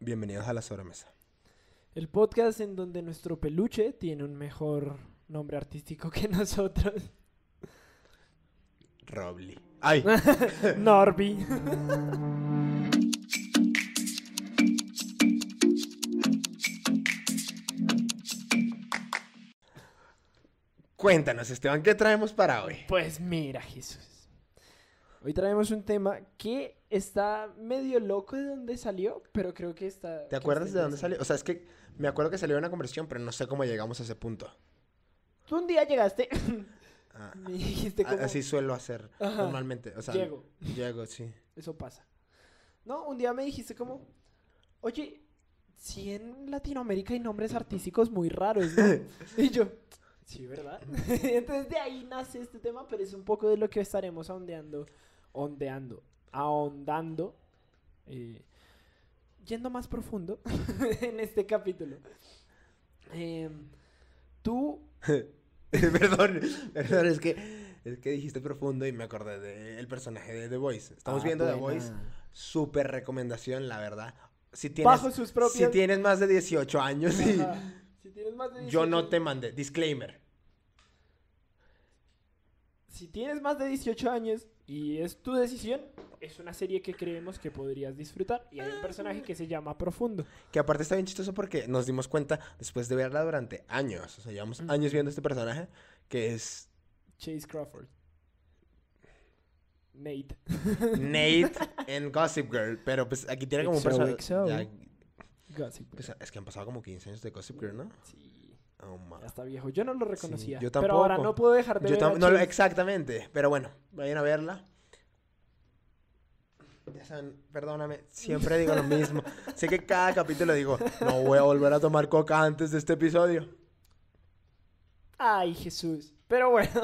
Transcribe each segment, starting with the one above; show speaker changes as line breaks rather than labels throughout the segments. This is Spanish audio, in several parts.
Bienvenidos a la sobremesa.
El podcast en donde nuestro peluche tiene un mejor nombre artístico que nosotros.
Robly. ¡Ay!
Norby.
Cuéntanos, Esteban, ¿qué traemos para hoy?
Pues mira, Jesús. Hoy traemos un tema que está medio loco de dónde salió, pero creo que está.
¿Te acuerdas de dónde salió? O sea, es que me acuerdo que salió una conversión, pero no sé cómo llegamos a ese punto.
Tú un día llegaste.
Ah,
me dijiste
a-
como.
Así suelo hacer
Mm, Ajá.
normalmente. O sea,
Llego.
Llego, sí.
Eso pasa. No, un día me dijiste como, oye, si en Latinoamérica hay nombres artísticos muy raros, ¿no?". Y yo, sí, ¿verdad? Entonces de ahí nace este tema, pero es un poco de lo que estaremos ondeando, ondeando, ahondando, eh, yendo más profundo en este capítulo. Em, Tú,
perdón, perdón, es que, es que dijiste profundo y me acordé del personaje de The Voice. Estamos
Ah,
viendo The
buena.
Voice. Súper recomendación, la verdad. Si tienes,
bajo sus propias...
si tienes más de 18 años y
Ajá. Si tienes más de
yo no
18
te mandé. Disclaimer.
Si tienes más de 18 años y es tu decisión, es una serie que creemos que podrías disfrutar. Y hay un personaje que se llama Profundo.
Que aparte está bien chistoso porque nos dimos cuenta después de verla durante años. O sea, llevamos
Ujú.
años viendo este personaje que es
Chase Crawford. Nate.
Nate en Gossip Girl. Pero pues aquí tiene como un
XOXO.
personaje.
Gossip. Girl.
Es que han pasado como 15 años de Gossip Girl, ¿no?
Sí,
Oh, ma-
ya está viejo. Yo no lo reconocía.
yo
Pero ahora
tampoco.
no puedo dejar de
Yo
ver a
tam- no lo-
Chase.
exactamente, pero bueno, vayan a verla. Ya saben, perdóname, siempre digo lo mismo. sé que cada capítulo digo, no voy a volver a tomar coca antes de este episodio.
Ay, Jesús. Pero bueno,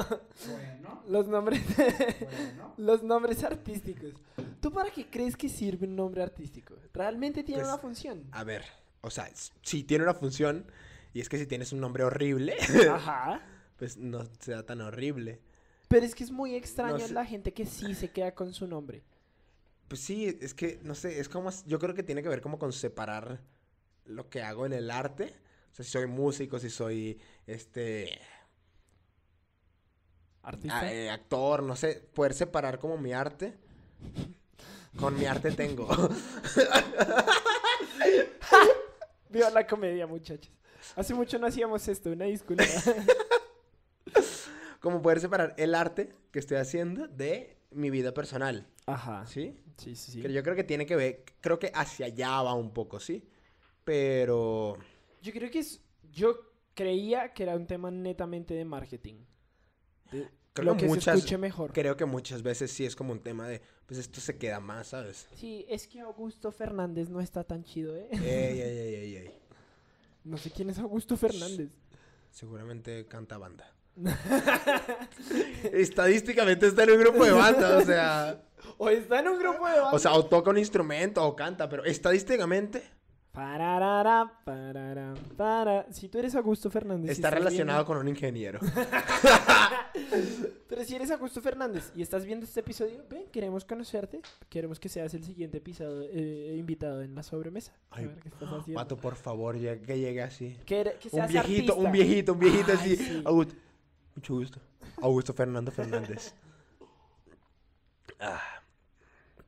Bueno,
los nombres.
bueno.
los nombres artísticos. ¿Tú para qué crees que sirve un nombre artístico? ¿Realmente tiene
Pues,
una función?
A ver, o sea, s- sí tiene una función, y es que si tienes un nombre horrible,
Ajá.
pues no sea tan horrible.
Pero es que es muy extraño
sé.
la gente que sí se queda con su nombre.
Pues sí, es que, no sé, es como, yo creo que tiene que ver como con separar lo que hago en el arte. O sea, si soy músico, si soy, este,
Artista.
a- eh, actor, no sé, poder separar como mi arte. Con mi arte tengo.
Viva la comedia, muchachos. Hace mucho no hacíamos esto, una disculpa.
como poder separar el arte que estoy haciendo de mi vida personal.
Ajá.
¿Sí?
Sí, sí, sí.
Que yo creo que tiene que ver, creo que hacia allá va un poco, ¿sí? Pero...
Yo creo que es. Yo creía que era un tema netamente de marketing. De
Creo
lo
que
que se
muchas-
escuche mejor.
Creo que muchas veces sí es como un tema de, pues esto se queda más, ¿sabes?
Sí, es que Augusto Fernández no está tan chido, ¿eh?
Ey, ey, ey, ey, ey.
No sé quién es Augusto Fernández.
Seguramente canta banda. Estadísticamente está en un grupo de banda, o sea...
O está en un grupo de
O sea, o toca un instrumento o canta, pero estadísticamente
Pararara, parara, para. Si tú eres Augusto Fernández. y
está
estás
relacionado con un ingeniero.
Pero si eres Augusto Fernández y estás viendo este episodio, ven, queremos conocerte. Queremos que seas el siguiente episodio, eh, invitado en la sobremesa. A
Ay,
ver qué estás haciendo.
Pato, por favor, ya que llegue así.
Que, er- que
Un
seas
viejito,
artista.
un viejito, un viejito
Ay,
así.
sí.
Augusto. Mucho gusto. Augusto Fernando Fernández. Ah,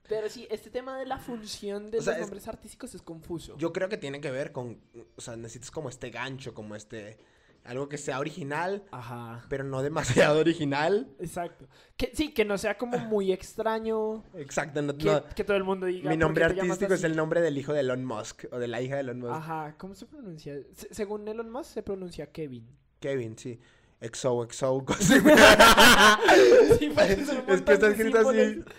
Pero sí, este tema de la función de
O sea,
los
es-
nombres artísticos es confuso.
yo creo que tiene que ver con, o sea, necesitas como este gancho, como este, algo que sea original,
Ajá.
pero no demasiado original.
Exacto. Que, sí, que no sea como muy extraño.
Exacto, no-
Que,
no-
que todo el mundo diga.
mi
"¿Por
nombre
qué te llamas
artístico es
así?". Ah.
el nombre del hijo de Elon Musk, o de la hija de Elon Musk.
Ajá, ¿cómo se pronuncia? Se- según Elon Musk se pronuncia Kevin.
Kevin, sí. XOXO, Gossip.
Sí, porque son
es
un
que
montón
está
de
escrito así.
símbolos,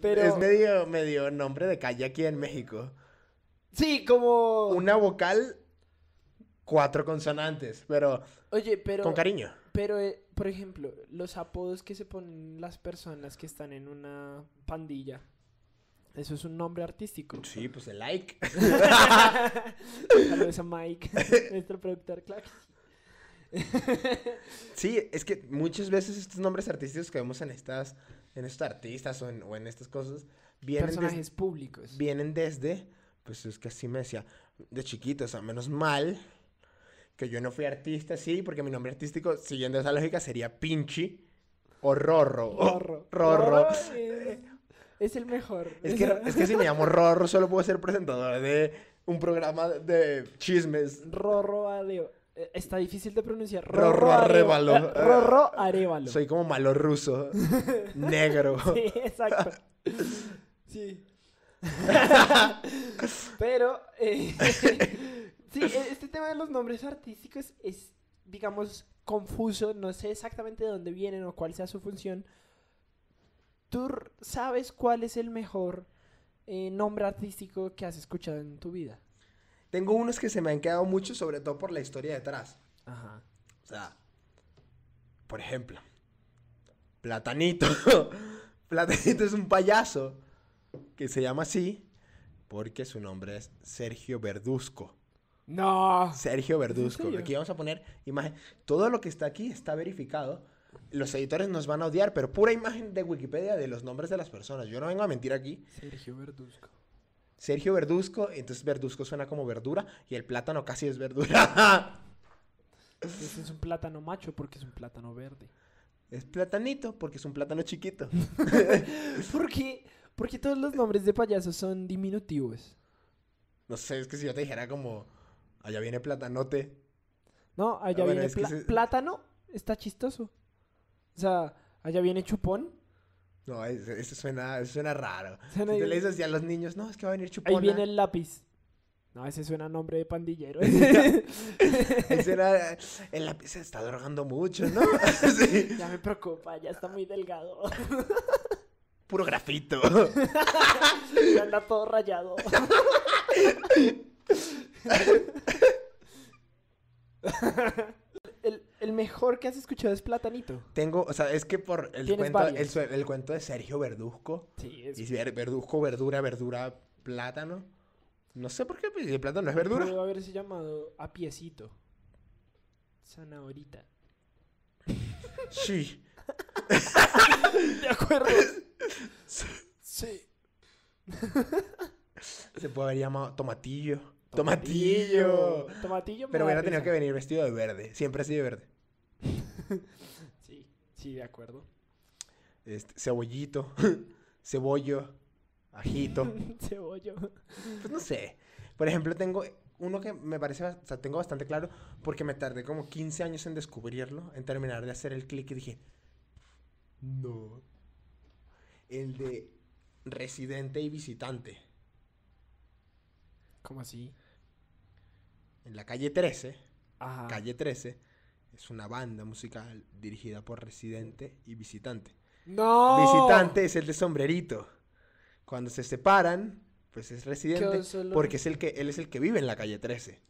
Pero...
Es medio, medio nombre de calle aquí en México.
Sí, como...
Una vocal, cuatro consonantes, pero,
Oye, pero...
con cariño.
Pero, eh, por ejemplo, los apodos que se ponen las personas que están en una pandilla. Eso es un nombre artístico.
Sí, pues el like.
Saludos a Mike, nuestro productor, claro que sí.
Sí, es que muchas veces estos nombres artísticos que vemos en estas, en estos artistas o en, o en estas cosas, vienen, des-
Personajes públicos.
vienen desde Pues es que así me decía de chiquito, o sea, menos mal que yo no fui artista, sí, porque mi nombre artístico, siguiendo esa lógica, sería Pinchi o Rorro. o
Rorro.
Rorro.
es, es el mejor.
Es que, es que si me llamo Rorro, solo puedo ser presentador de un programa de chismes.
Rorro Arevalo. Está difícil de pronunciar.
Rorro Arévalo.
Eh, Rorro Arevalo.
Soy como malo ruso, negro.
Sí, exacto. Sí. Pero, eh, sí, e- este tema de los nombres artísticos es, digamos, confuso. No sé exactamente de dónde vienen o cuál sea su función. ¿Tú r- sabes cuál es el mejor eh, nombre artístico que has escuchado en tu vida?
Tengo unos que se me han quedado mucho, sobre todo por la historia detrás.
Ajá.
O sea, por ejemplo, Platanito. Platanito es un payaso que se llama así porque su nombre es Sergio Verduzco.
No.
Sergio Verduzco.
serio?
Aquí vamos a poner imagen. Todo lo que está aquí está verificado. Los editores nos van a odiar, pero pura imagen de Wikipedia de los nombres de las personas. Yo no vengo a mentir aquí.
Sergio Verduzco.
Sergio Verduzco, entonces Verduzco suena como verdura y el plátano casi es verdura.
Ese es un plátano macho porque es un plátano verde.
es platanito porque es un plátano chiquito.
¿Por qué? Porque todos los nombres de payasos son diminutivos.
No sé, es que si yo te dijera como, allá viene platanote.
No, allá
Ah, bueno,
viene
es que
pla-
se-
plátano, está chistoso. O sea, allá viene chupón.
No, es- eso suena, eso suena raro.
Suena
si tú
bien.
le dices así a los niños, no, es que va a venir
Ahí
chupona.
viene el lápiz. No, ese suena a nombre de pandillero.
Ahí suena, el lápiz se está drogando mucho, ¿no? Sí,
ya me preocupa, ya está muy delgado.
puro grafito.
ya anda todo rayado. el, el mejor que has escuchado es platanito.
Tengo, o sea, es que por el
Tienes
cuento, el,
varios.
sue- el cuento de Sergio Verduzco,
Sí, es
y ver- Verduzco, verdura, verdura, plátano. No sé por qué, pues, el plátano es verdura.
Pudo haberse llamado a piecito. Zanahorita.
Sí.
De acuerdo. sí.
Se puede haber llamado tomatillo. Tomatillo.
Tomatillo. me
Pero
da
hubiera tenido que
risa.
venir vestido de verde. Siempre así de verde.
Sí, sí, de acuerdo.
este, cebollito, cebollo, ajito.
Cebollo.
Pues no sé. Por ejemplo, tengo uno que me parece, bas- o sea, tengo bastante claro porque me tardé como 15 años en descubrirlo, en terminar de hacer el clic y dije, no. El de residente y visitante.
¿Cómo así?
En la calle 13,
Ajá.
calle 13, es una banda musical dirigida por residente y visitante.
¡No!
Visitante es el de sombrerito. Cuando se separan, pues es residente.
oso, Lore.
Porque es el que, él es el que vive en la calle 13.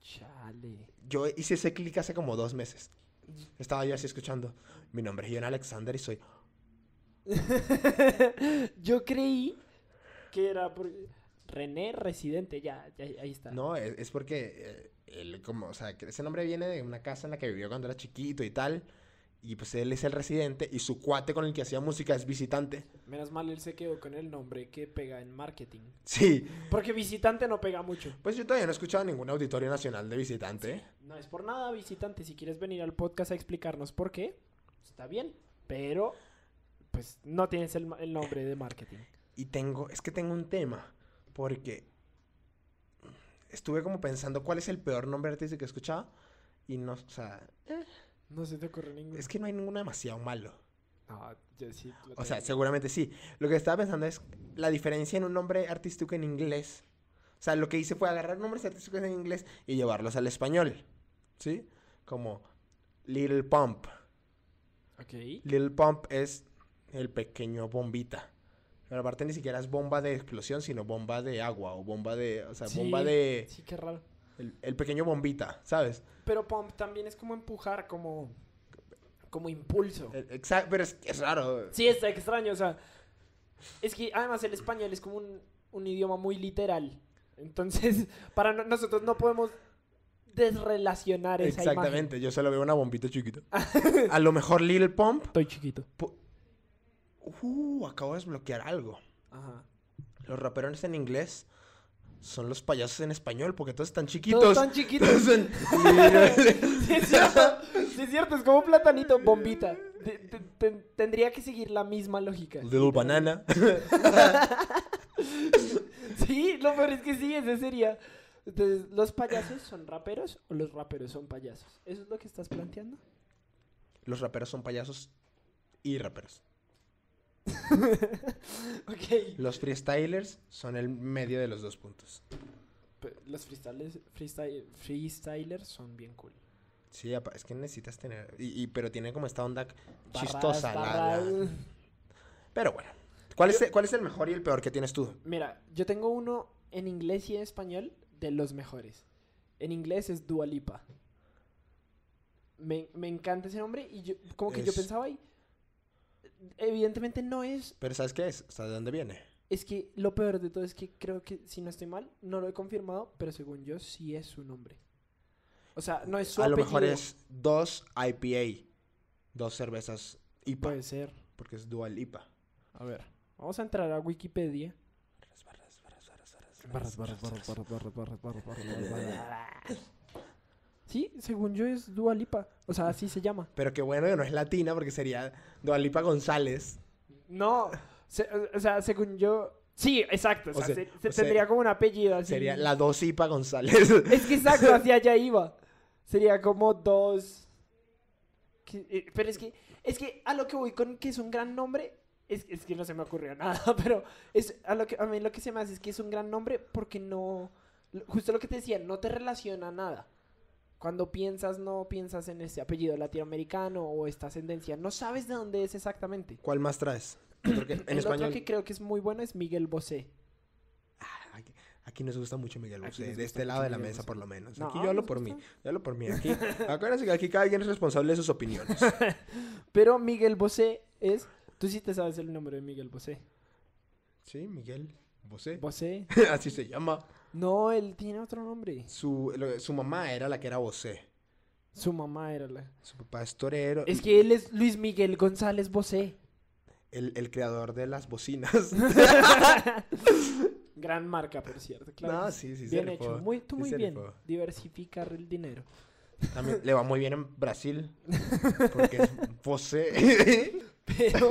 Chale.
Yo hice ese clic hace como dos meses. Estaba yo así escuchando. Mi nombre es Ian Alexander y soy.
Yo creí que era por... René Residente, ya, ya, ahí está.
No, es, es porque eh, él, como, o sea, que ese nombre viene de una casa en la que vivió cuando era chiquito y tal. Y pues él es el residente y su cuate con el que hacía música es visitante.
Menos mal él se quedó con el nombre que pega en marketing.
Sí.
Porque visitante no pega mucho.
Pues yo todavía no he escuchado ningún auditorio nacional de visitante. ¿eh?
No es por nada, visitante. Si quieres venir al podcast a explicarnos por qué, está bien. Pero, pues, no tienes el, ma- el nombre de marketing.
Y tengo, es que tengo un tema, porque estuve como pensando cuál es el peor nombre artístico que he escuchado y no, o sea,
No se te ocurre ninguno.
es que no hay ninguno demasiado malo.
No, yo sí lo
O sea,
tengo.
seguramente sí. Lo que estaba pensando es la diferencia en un nombre artístico en inglés. O sea, lo que hice fue agarrar nombres artísticos en inglés y llevarlos al español. ¿Sí? Como Little Pump.
Ok.
Little Pump es el pequeño bombita. Pero aparte ni siquiera es bomba de explosión, sino bomba de agua o bomba de... O sea, bomba
Sí,
de...
Sí, qué raro.
El, el pequeño bombita, ¿sabes?
Pero pump también es como empujar, como... Como impulso.
El- exa- pero es, es raro.
Sí, está extraño, o sea... Es que, además, el español es como un, un idioma muy literal. Entonces, para no- nosotros no podemos desrelacionar esa imagen.
Exactamente, yo solo veo una bombita chiquita. A lo mejor Little Pump.
Estoy chiquito.
po- Uh, acabo de desbloquear algo.
Ajá.
Lo los raperos en inglés son los payasos en español porque todos están chiquitos.
Todos están chiquitos.
Todos son- Mira,
Sí, es cierto. Sí, es cierto, es como platanito, bombita. Te- te- te- tendría que seguir la misma lógica.
Little banana.
Sí, lo peor es que sí, ese sería. Entonces, ¿los payasos son raperos o los raperos son payasos? ¿Eso es lo que estás planteando?
Los raperos son payasos y raperos.
ok.
Los freestylers son el medio de los dos puntos.
Pe- Los freestylers, freestyle- freestylers son bien cool.
Sí, apa- es que necesitas tener. Y, y- pero tiene como esta onda
Barras,
chistosa. la- la-
barras.
Pero bueno. ¿Cuál es, el- ¿Cuál es el mejor y el peor que tienes tú?
Mira, yo tengo uno en inglés y en español de los mejores. En inglés es Dualipa. Me, me encanta ese nombre y yo, como que yo
Es-
pensaba ahí. Evidentemente no es.
Pero ¿sabes qué es? ¿Sabes de dónde viene?
Es que lo peor de todo es que creo que, si no estoy mal, no lo he confirmado, pero según yo sí es su nombre. O sea, no es su
A lo mejor
apellido.
es dos IPA. Dos cervezas IPA.
Puede ser.
Porque es dual IPA.
A ver. Vamos a entrar a Wikipedia. Sí, según yo es Dualipa. O sea, así se llama.
Pero qué bueno que no es latina porque sería dual IPA González.
No, se- o sea, según yo. Sí, exacto. O
O
sea,
sea,
se-
o
se
sea,
tendría como un apellido así.
Sería la dos IPA González.
Es que exacto, hacia allá iba. Sería como dos. que- eh, Pero es que, es que a lo que voy con que es un gran nombre, es, es que no se me ocurrió nada, pero es a, lo que, a mí lo que se me hace es que es un gran nombre porque no. lo- Justo lo que te decía, no te relaciona nada. Cuando piensas, no piensas en este apellido latinoamericano o esta ascendencia. No sabes de dónde es exactamente.
¿Cuál más traes? Otro que- en
El
español.
otro que creo que es muy bueno es Miguel Bosé.
Ah, Aquí, aquí nos gusta mucho Miguel
Aquí
Bosé,
nos
de
gusta
este lado
mucho
de la
Miguel
mesa
Bosé.
por lo menos.
No,
aquí yo hablo
nos
por mí,
gusta.
yo hablo por mí. Aquí, acuérdense que aquí cada quien es responsable de sus opiniones.
Pero Miguel Bosé es. Tú sí te sabes el nombre de Miguel Bosé.
Sí, Miguel Bosé.
Bosé.
Así se llama.
No, él tiene otro nombre.
Su, lo- su mamá era la que era Bosé.
Su mamá era la.
Su papá es torero.
Es que él es Luis Miguel González Bosé.
El, el creador de las bocinas.
Gran marca, por cierto. Claro.
No,
que
sí, sí, se
Bien
rifó,
hecho. Muy, tú
sí
muy
se
bien.
rifó.
Diversificar el dinero.
También le va muy bien en Brasil. Porque es Bosé.
Pero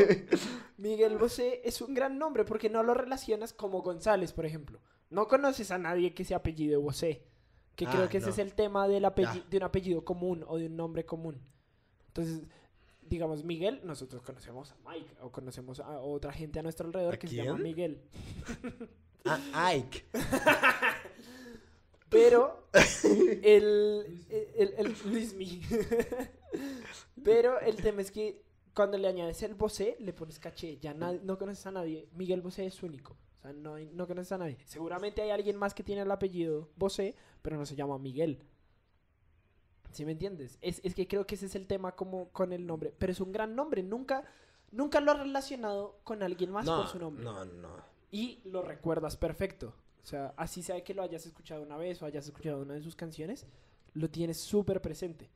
Miguel Bosé es un gran nombre porque no lo relacionas como González, por ejemplo. No conoces a nadie que se apellide Bosé. Que
Ah,
creo que ese
no.
es el tema del apelli-
Ya.
de un apellido común o de un nombre común. Entonces, digamos, Miguel, nosotros conocemos a Mike o conocemos a otra gente a nuestro alrededor
¿A
que se llama
quién?
Miguel.
Ah, Ike.
Pero el, el, el- Luis Mi. Pero el tema es que cuando le añades el Bosé, le pones caché. Ya na- no conoces a nadie. Miguel Bosé es único. O sea, no, hay- no conoces a nadie. Seguramente hay alguien más que tiene el apellido Bosé, pero no se llama Miguel. ¿Sí me entiendes? Es, es que creo que ese es el tema como con el nombre. Pero es un gran nombre. Nunca, nunca lo has relacionado con alguien más por
No,
su nombre
no, no.
y lo recuerdas perfecto. O sea, así sea que lo hayas escuchado una vez o hayas escuchado una de sus canciones, lo tienes súper presente.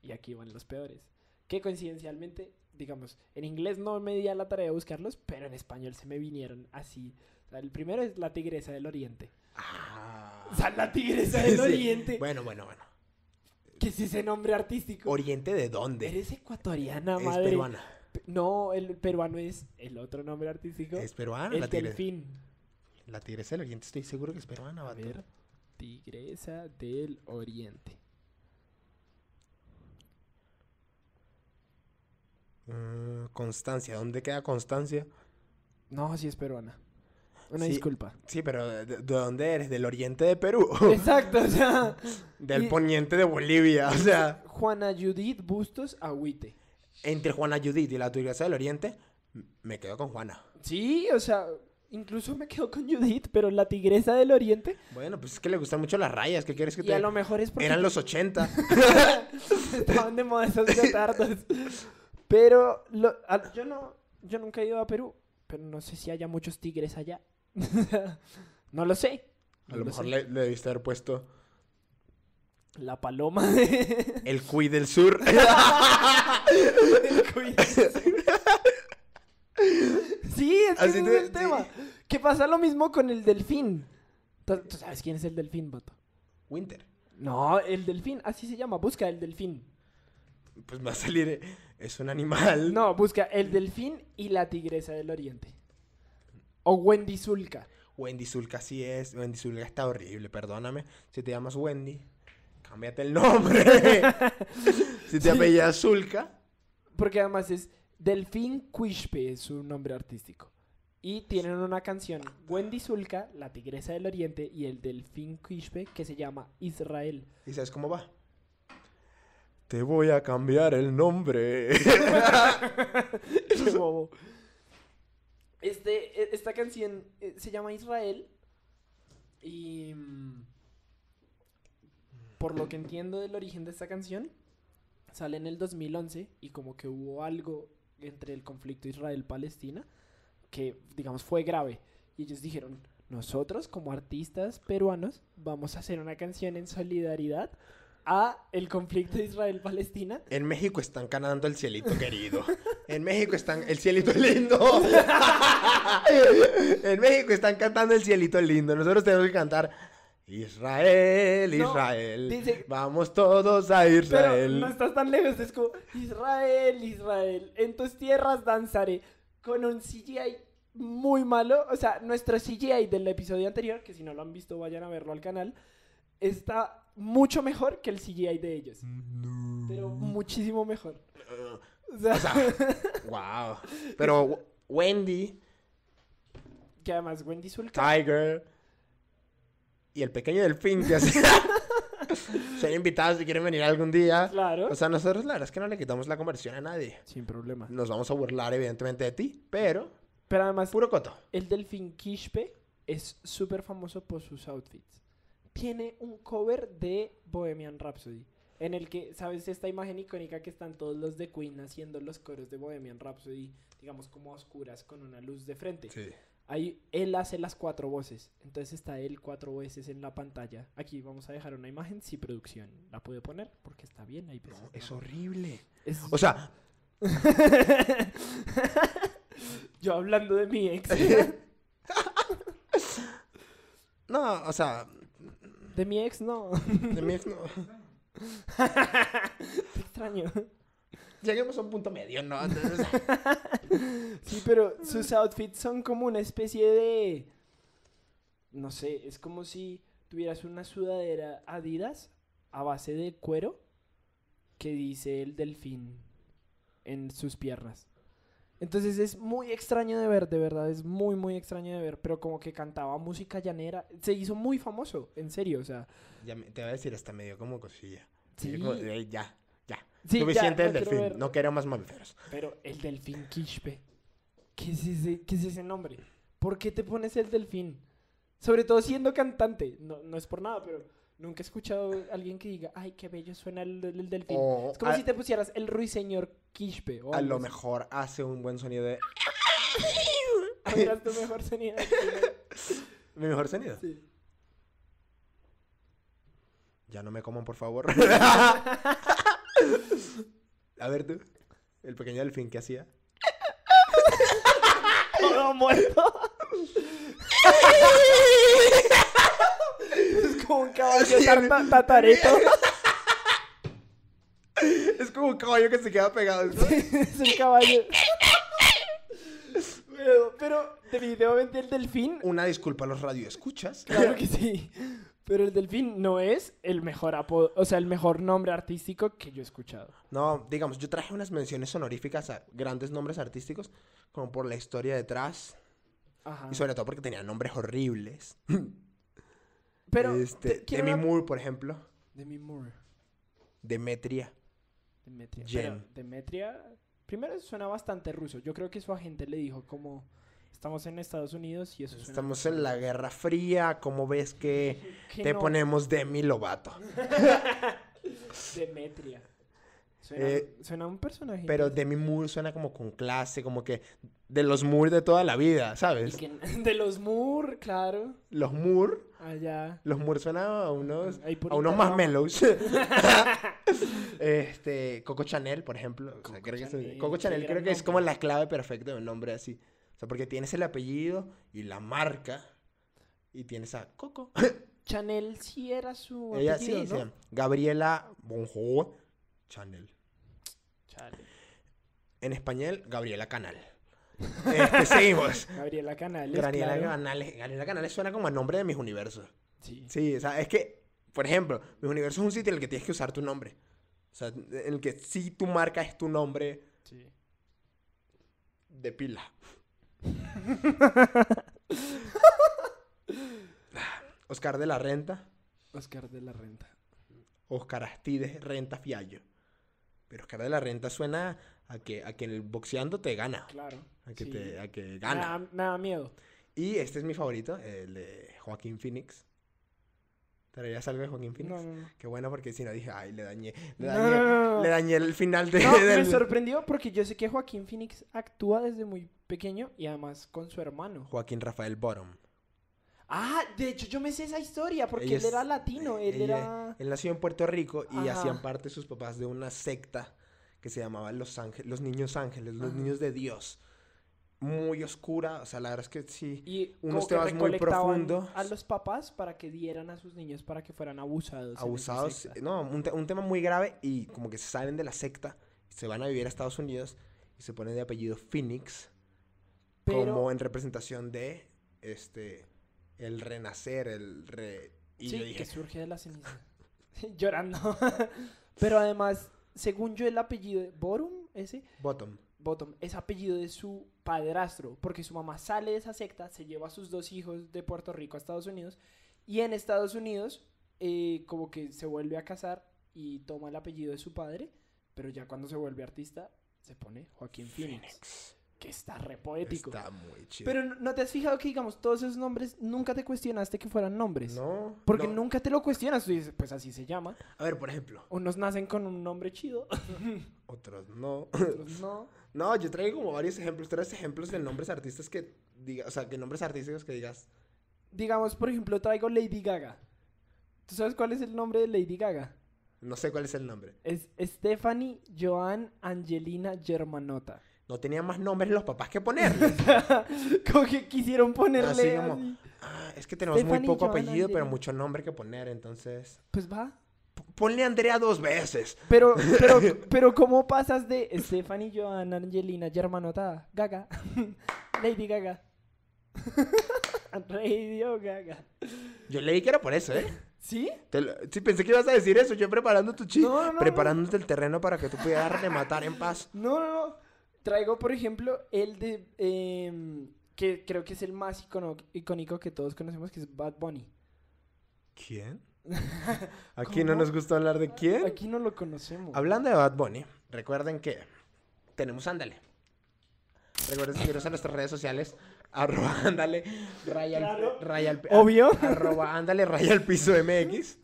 Y aquí van los peores. Que coincidencialmente, digamos, en inglés no me di a la tarea de buscarlos, pero en español se me vinieron así. O sea, el primero es La Tigresa del Oriente.
Ah.
O sea, La Tigresa
Sí,
del
sí.
Oriente.
Bueno, bueno, bueno.
¿Qué es ese nombre artístico?
¿Oriente de dónde?
Eres ecuatoriana,
Es
madre.
peruana.
Pe- No, el peruano es el otro nombre artístico.
Es peruana
el
la tigresa.
delfín.
La tigresa del oriente, estoy seguro que es peruana,
A
vato.
ver, Tigresa del Oriente.
Mm, Constancia, ¿dónde queda Constancia?
No, sí es peruana. Una
Sí.
disculpa.
Sí, pero ¿de, de dónde eres? ¿Del oriente de Perú?
Exacto, o sea.
Del
Y-
poniente de Bolivia. O sea,
Juana Judith Bustos Agüite.
entre Juana Judith y la tigresa del oriente, m- me quedo con Juana.
Sí, o sea, incluso me quedo con Judith, pero la Tigresa del Oriente.
Bueno, pues es que le gustan mucho las rayas, ¿qué quieres que
Y
te...?
a lo mejor es porque
Eran los 80.
estaban de moda esos leotardos. Pero lo- a- yo no, yo nunca he ido a Perú, pero no sé si haya muchos tigres allá. no lo sé.
A
no
lo
sé.
mejor le, le debiste haber puesto
La paloma de...
el cuy del sur.
Sí, es que
Así
ese
te-
es el
sí.
tema. Que pasa lo mismo con el delfín. ¿Tú, tú sabes quién es el delfín, vato?
Winter.
No, el delfín, así se llama, busca el delfín.
Pues va a salir. eh, Es un animal.
No, busca el delfín y la tigresa del oriente. O Wendy Zulka.
Wendy Zulka sí es. Wendy Zulka está horrible, perdóname. Si te llamas Wendy, cámbiate el nombre. si te apellidas Zulka,
Porque además es Delfín Quispe, es su nombre artístico. Y tienen una canción, Wendy Zulka, la tigresa del oriente, y el delfín Quispe, que se llama Israel.
¿y sabes cómo va? Te voy a cambiar el nombre.
Qué bobo. Este, e- esta canción eh, se llama Israel. Y. mm, Por lo que entiendo del origen de esta canción, sale en el 2011 y como que hubo algo entre el conflicto Israel-Palestina que, digamos, fue grave. Y ellos dijeron: Nosotros, como artistas peruanos, vamos a hacer una canción en solidaridad a el conflicto Israel-Palestina.
en México están ganando el cielito querido. En México están. El cielito lindo. en México están cantando el cielito lindo. Nosotros tenemos que cantar. Israel,
No,
Israel.
dice-
Vamos todos a
Pero
Israel.
no estás tan lejos, es como Israel, Israel, en tus tierras danzaré con un CGI muy malo, o sea, nuestro CGI del episodio anterior, que si no lo han visto vayan a verlo al canal, está mucho mejor que el CGI de ellos, pero
Mm.
muchísimo mejor. O sea,
O sea, wow. Pero W- Wendy,
que además Wendy Zulka,
Tiger y el pequeño delfín que hacen. Son invitados si quieren venir algún día.
claro,
O sea, nosotros la verdad es que no le quitamos la conversión a nadie.
sin problema.
Nos vamos a burlar evidentemente de ti, pero
Pero además
puro coto.
El delfín Quispe es súper famoso por sus outfits. Tiene un cover de Bohemian Rhapsody. En el que, ¿sabes? Esta imagen icónica que están todos los de Queen haciendo los coros de Bohemian Rhapsody, digamos como a oscuras con una luz de frente. Ahí él hace las cuatro voces. Entonces está él cuatro veces en la pantalla. Aquí vamos a dejar una imagen. Si producción la puede poner, porque está bien. Hay veces
No,
no.
es horrible.
Es-
O sea,
Yo hablando de mi ex.
no, o sea,
de mi ex, no.
de mí no.
Te extraño.
Lleguemos a un punto medio, ¿no? Entonces, o sea,
Sí, pero sus outfits son como una especie de... No sé, es como si tuvieras una sudadera Adidas a base de cuero que dice el delfín en sus piernas. Entonces es muy extraño de ver, de verdad, es muy, muy extraño de ver, pero como que cantaba música llanera, se hizo muy famoso, en serio, o sea...
ya me- te voy a decir hasta medio como cosilla.
Sí,
Yo como, eh, ya, ya.
sí, ya,
Suficiente
no
el
quiero
delfín.
ver-
No quiero más mamíferos.
Pero el delfín Quispe. ¿Qué es ese, qué es ese nombre? ¿Por qué te pones el delfín? Sobre todo siendo cantante. No, no es por nada, pero nunca he escuchado a alguien que diga, ay, qué bello suena el, el delfín.
O
es como
a-
si te pusieras el ruiseñor Quispe. o
A
algo
lo
así.
mejor hace un buen sonido de.
Hablas tu mejor sonido.
¿Mi mejor sonido?
Sí.
Ya no me coman, por favor. a ver tú. El pequeño delfín que hacía.
Todo muerto. es como un caballo tarta- tatareto.
Es como un caballo que se queda pegado. ¿no?
es un caballo. pero, pero definitivamente el delfín.
Una disculpa a los radioescuchas.
Claro que sí. Pero el delfín no es el mejor apodo, o sea, el mejor nombre artístico que yo he escuchado.
No, digamos, yo traje unas menciones honoríficas a grandes nombres artísticos, como por la historia detrás,
Ajá.
y sobre todo porque tenían nombres horribles.
Pero
este,
te- quiero
Demi
una-
Moore, por ejemplo.
Demi Moore.
Demetria.
Demetria.
Jen.
Pero Demetria, primero suena bastante ruso. Yo creo que su agente le dijo como estamos en Estados Unidos y eso suena
Estamos en la Guerra Fría, ¿cómo ves que
que
te
no,
ponemos Demi Lovato?
Demetria. Suena,
Eh,
suena un personaje.
Pero Demi Moore suena como con clase, como que de los Moore de toda la vida,
Y
¿sabes?
que- de los Moore, claro.
Los Moore,
Allá.
los Moore suenan a unos,
Ahí por
a unos más
Interrama.
mellows. este, Coco Chanel, por ejemplo. o sea, creo que es- Coco Chanel,
Chanel, qué gran
creo que es
nombre.
como la clave perfecta de un nombre así. O sea, porque tienes el apellido y la marca y tienes a Coco.
Chanel sí era su
Ella sí,
apellido,
se
¿no?
llama Gabriela Bonjour Chanel.
Chale.
En español, Gabriela Canal. Este, seguimos.
Gabriela Canales,
Gabriela
claro.
Canales. Gabriela Canales suena como a nombre de mis universos.
Sí.
Sí, o sea, es que, por ejemplo, mis universos es un sitio en el que tienes que usar tu nombre. O sea, en el que sí tu marca es tu nombre
sí.
de pila. Oscar de la Renta,
Oscar de la Renta.
Oscar Astides Renta Fiallo. Pero Oscar de la Renta suena a que, a que en el boxeando te gana.
Claro.
A que,
sí. Ah.
te, a que
Me
gana.
da, me da miedo.
Y este es mi favorito, el de Joaquín Phoenix. ¿Te harías algo de Joaquín Phoenix?
No, no, no.
Qué bueno, porque si no dije, ay, le dañé. Le
No,
dañé,
no, no, no.
Le dañé el final de,
No, me
del-
sorprendió porque yo sé que Joaquín Phoenix actúa desde muy pequeño y además con su hermano.
Joaquín Rafael Bottom.
Ah, de hecho yo me sé esa historia porque
Ella
él era
es- eh,
latino, él
Ella-
era...
Él nació en Puerto Rico y
Ajá.
hacían parte sus papás de una secta que se llamaba Los Ángeles, Los Niños Ángeles, Los
Ajá.
Niños de Dios. Muy oscura, o sea, la verdad es que sí.
Y
unos
como que
temas muy
recolectaban
profundos.
A los papás para que dieran a sus niños para que fueran abusados. en esa
abusados, eh,
secta.
no, un, te- un tema muy grave y como que se salen de la secta, se van a vivir a Estados Unidos y se ponen de apellido Phoenix
Pero-
como en representación de este el renacer, el re y
sí,
yo
que
dije,
surge de la ceniza. Llorando. Pero además, según yo, el apellido de Borum, ese,
Bottom.
Bottom, es apellido de su padrastro, porque su mamá sale de esa secta, se lleva a sus dos hijos de Puerto Rico a Estados Unidos, y en Estados Unidos, eh, como que se vuelve a casar y toma el apellido de su padre, pero ya cuando se vuelve artista, se pone Joaquín Phoenix, que está re poético.
Está muy chido.
Pero no- no te has fijado que, digamos, todos esos nombres nunca te cuestionaste que fueran nombres.
no,
pues. Porque
no.
nunca te lo cuestionas, tú dices, pues así se llama.
A ver, por ejemplo,
Unos nacen con un nombre chido,
otros no.
otros no.
no, yo traigo como varios ejemplos, tres ejemplos de nombres artistas que diga, o sea, que nombres artísticos que digas,
Digamos, por ejemplo, traigo Lady Gaga. ¿Tú sabes cuál es el nombre de Lady Gaga?
no sé cuál es el nombre.
Es Stephanie Joan Angelina Germanota.
No tenían más nombres los papás que ponerles.
como que quisieron
Así
ponerle.
como-
así.
Ah, es que tenemos muy
Stephanie
poco
Joan
apellido, pero
Angelina.
mucho nombre que poner, entonces.
Pues va.
P- Ponle Andrea dos veces.
Pero, pero, pero, ¿cómo pasas de Stephanie Joan Angelina Germanota a Gaga? Lady Gaga. Radio Gaga.
Yo leí que era por eso, ¿eh?
¿Sí?
Te lo- Sí, pensé que ibas a decir eso, yo preparando tu chiste.
No, no, no.
preparándote el terreno para que tú pudieras rematar en paz.
No, no, no. Traigo, por ejemplo, el de. em, que creo que es el más icono- icónico que todos conocemos, que es Bad Bunny.
¿Quién? Aquí no
¿Cómo?
nos gusta hablar de quién.
Aquí no lo conocemos.
Hablando de Bad Bunny, recuerden que tenemos Ándale. Recuerden seguirnos en nuestras redes sociales. Arroba Ándale, raya, al-
Claro.
raya al-
Obvio.
arroba ándale raya al piso MX.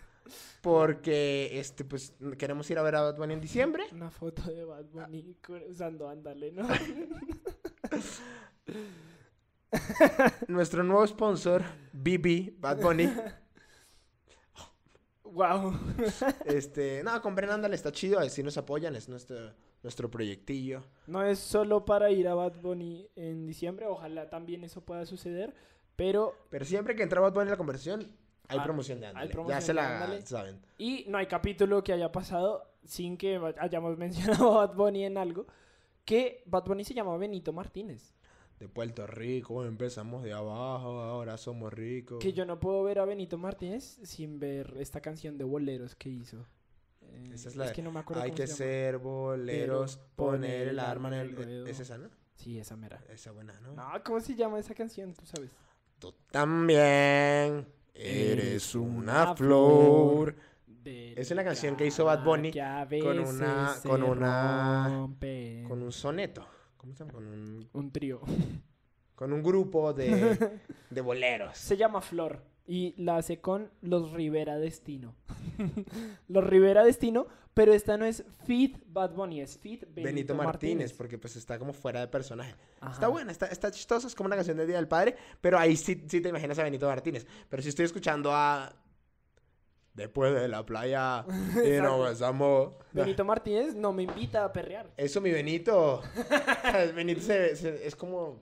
Porque este, pues, queremos ir a ver a Bad Bunny en diciembre.
Una foto de Bad Bunny con- usando Ándale, ¿no?
Nuestro nuevo sponsor, BB, Bad Bunny.
wow.
Este, no, compren ándale, está chido. Así nos apoyan, es nuestro, nuestro proyectillo.
No es solo para ir a Bad Bunny en diciembre, ojalá también eso pueda suceder, pero.
Pero siempre que entra Bad Bunny en la conversión, hay
Ah,
promoción de ándale.
promoción
ya se
de
la
Ándale.
saben.
Y no hay capítulo que haya pasado sin que hayamos mencionado a Bad Bunny en algo. Que Bad Bunny se llamaba Benito Martínez.
De Puerto Rico, empezamos de abajo, ahora somos ricos.
Que yo no puedo ver a Benito Martínez sin ver esta canción de boleros que hizo. Eh,
Esa es la de,
que no me acuerdo
Hay
cómo
que
se llama.
ser boleros,
Pero
poner el arma en el...
ruedo.
¿Es esa, no?
Sí, esa mera.
Esa buena, ¿no?
No, ¿cómo se llama esa canción? Tú sabes.
Tú también eres
Eres
una
una
flor.
flor De
Es una canción que hizo Bad Bunny
cara que a
con una-
veces se
con una-
rompe.
Con un soneto. ¿Cómo se llama? Con un,
un trío.
con un grupo de, de boleros.
Se llama Flor y la hace con Los Rivera Destino. los Rivera Destino, pero esta no es Fit Bad Bunny, es Fit Benito,
Benito, Martínez, porque pues está como fuera de personaje. Está
Ajá.
buena, está, está chistosa, es como una canción de Día del Padre, pero ahí sí, sí te imaginas a Benito Martínez. Pero si estoy escuchando a... Después de la playa y
Exacto.
nos besamos.
Benito Martínez no me invita a perrear.
Eso, mi Benito. O sea, Benito se- se- es como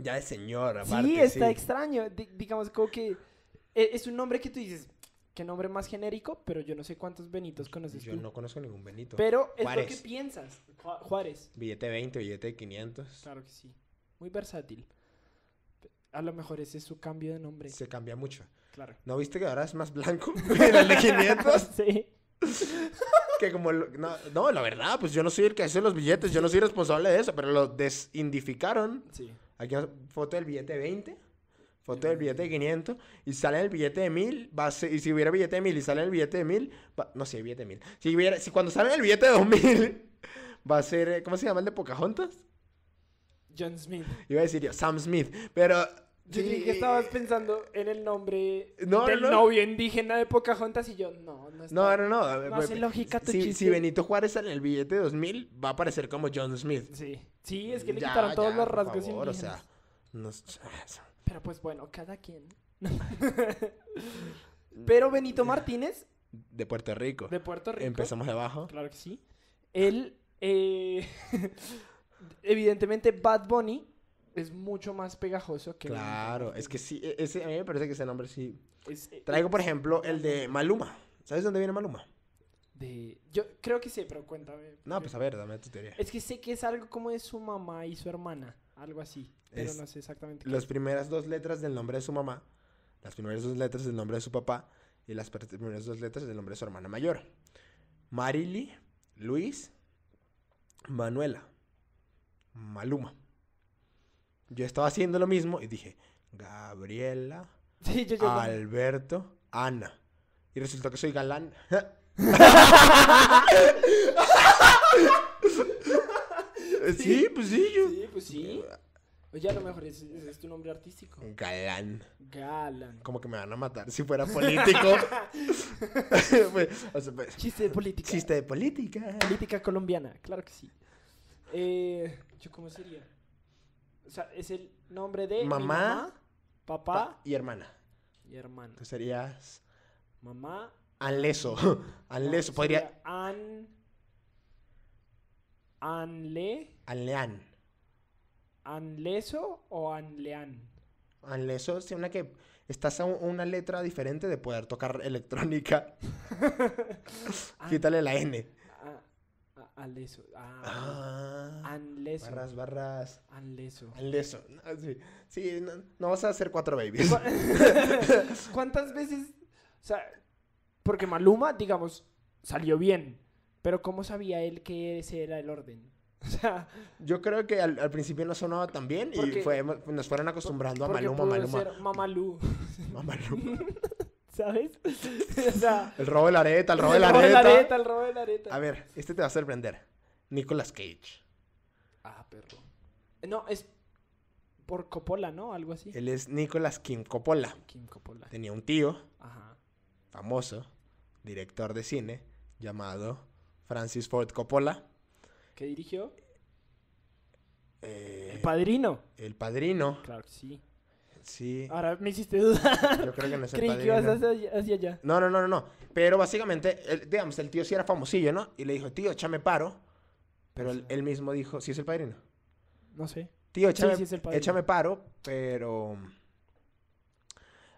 Ya de señor, aparte.
Sí, está
sí.
extraño. Di- digamos, como que e- es un nombre que tú dices, qué nombre más genérico, pero yo no sé cuántos Benitos conoces
Yo
tú.
no conozco ningún Benito.
Pero es lo
Juárez.
que piensas. Ju- Juárez.
Billete 20, billete de 500.
Claro que sí. Muy versátil. A lo mejor ese es su cambio de nombre.
Se cambia mucho.
Claro.
¿No viste que ahora es más blanco? En el de 500.
sí.
Que como... lo- no, no, la verdad, pues yo no soy el que hace los billetes. Yo no soy responsable de eso. Pero lo desindificaron.
Sí.
Aquí una foto del billete de 20, foto del billete de 500, y sale el billete de 1000, va a ser- y si hubiera billete de 1000 y sale el billete de 1000, va- no, si hay billete de 1000, si, hubiera, si cuando sale el billete de 2000, va a ser, eh, ¿cómo se llama el de Pocahontas?
John Smith.
Iba a decir yo, Sam Smith, pero...
Yo creí
sí,
que estabas pensando en el nombre
No,
del
no, no.
novio indígena de Pocahontas y yo, no, no está.
No, no, no.
No
eh,
hace
eh,
lógica tu
si, si
chiste.
Benito Juárez sale en el billete de 2000, va a aparecer como John Smith.
Sí, sí, es que le
Ya,
quitaron todos
ya,
los
por
rasgos
favor, o
indígenas.
sea, no s-
Pero pues bueno, cada quien. Pero Benito Martínez,
de Puerto Rico.
de Puerto Rico.
Empezamos debajo.
Claro que sí. Él, eh, evidentemente, Bad Bunny es mucho más pegajoso que. Benito
Claro, es que sí, e- ese, a mí me parece que ese nombre sí
Martínez. Es, eh,
Traigo, por ejemplo, el de Maluma. ¿Sabes dónde viene Maluma?
de- Yo creo que sé, pero cuéntame.
No, pues a ver, dame tu teoría.
Es que sé que es algo como de su mamá y su hermana, algo así. Pero
Es-
no sé exactamente. qué
Las primeras dos letras del nombre de su mamá, las primeras dos letras del nombre de su papá y las per- primeras dos letras del nombre de su hermana mayor. Marily, Luis, Manuela, Maluma. Yo estaba haciendo lo mismo y dije, Gabriela,
es. Sí, yo, yo también.
Alberto, Ana. Y resultó que soy galán. sí, pues sí, yo.
Sí, pues sí. Oye, a lo mejor es, es- es tu nombre artístico.
Eh. Galán.
Galan.
Como que me van a matar si fuera político. Pues, o sea, pues,
Chiste de política.
chiste de política.
Política colombiana, claro que sí. Eh, ¿yo ¿Cómo sería? O sea, es el nombre de mi
Mamá,
papá
Y hermana.
y hermano.
Tú serías
Mamá.
Anleso. Anleso.
no,
Podría.
Ah, sería An. Anle.
Anlean.
Anleso o Anlean.
Anleso es una que estás a un- una letra diferente de poder tocar electrónica.
An-
Quítale la N.
a- a- Aleso. Ah,
Ah,
Anleso.
barras, barras.
Anleso.
Anleso. No, sí, sí, no, no vas a hacer cuatro babies.
¿Cu- ¿Cuántas veces? O sea, porque Maluma, digamos, salió bien. Pero ¿cómo sabía él que ese era el orden? O sea,
Yo creo que al, al principio no sonaba tan bien y
Porque-
fue- nos fueron acostumbrando a
porque
Maluma,
pudo
Maluma,
ser Mamalú,
a Maluma.
¿sabes? O sea,
El robo de la areta, el robo de
el
la
robo de
areta.
el robo de la areta.
A ver, este te va a sorprender. Nicolas Cage.
Ah, perro. No, es por Coppola, ¿no? Algo así.
Él es Nicolas Kim Coppola.
Kim Coppola.
Tenía un tío
Ajá.
famoso, director de cine, llamado Francis Ford Coppola.
¿Qué dirigió?
Eh,
El padrino.
el padrino.
Claro que sí.
Sí,
Ahora me hiciste dudar.
yo creo que no Eh. es el
Ah, Creí que
padrino.
ibas hacia, hacia allá.
No, no, no, no, no. Pero básicamente, el- digamos, el tío sí era famosillo, ¿no? Y le dijo, tío, échame paro. Pero él, él mismo dijo, sí es el padrino.
No sé.
Tío, échame,
sí es el padrino.
échame paro, pero...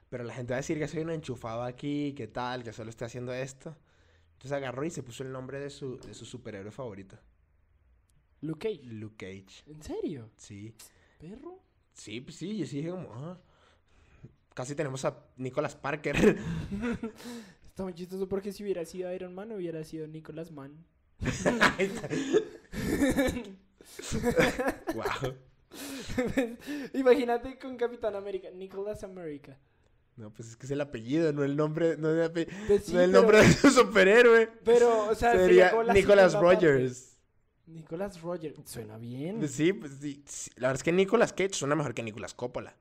Pero la gente va a decir que soy un enchufado aquí, que tal, que solo estoy haciendo esto. Entonces agarró y se puso el nombre de su, de su superhéroe favorito.
Luke Cage.
Luke Cage.
¿En serio?
Sí.
¿Perro?
Sí, pues sí, yo sí dije como... "Ah". Casi tenemos a Nicolas Parker.
Está muy chistoso porque si hubiera sido Iron Man hubiera sido Nicolas Mann.
wow.
Imagínate con Capitán América, Nicolas America.
No, pues es que es el apellido, no el nombre, no el, ape-
Pues sí,
no el
pero-
nombre de su superhéroe.
Pero, o sea,
Sería
como la
Nicholas
segunda parte.
Rogers.
Nicolas Rogers. Suena bien.
Pues sí, pues sí, sí. La verdad es que Nicolas Cage suena mejor que Nicolas Coppola.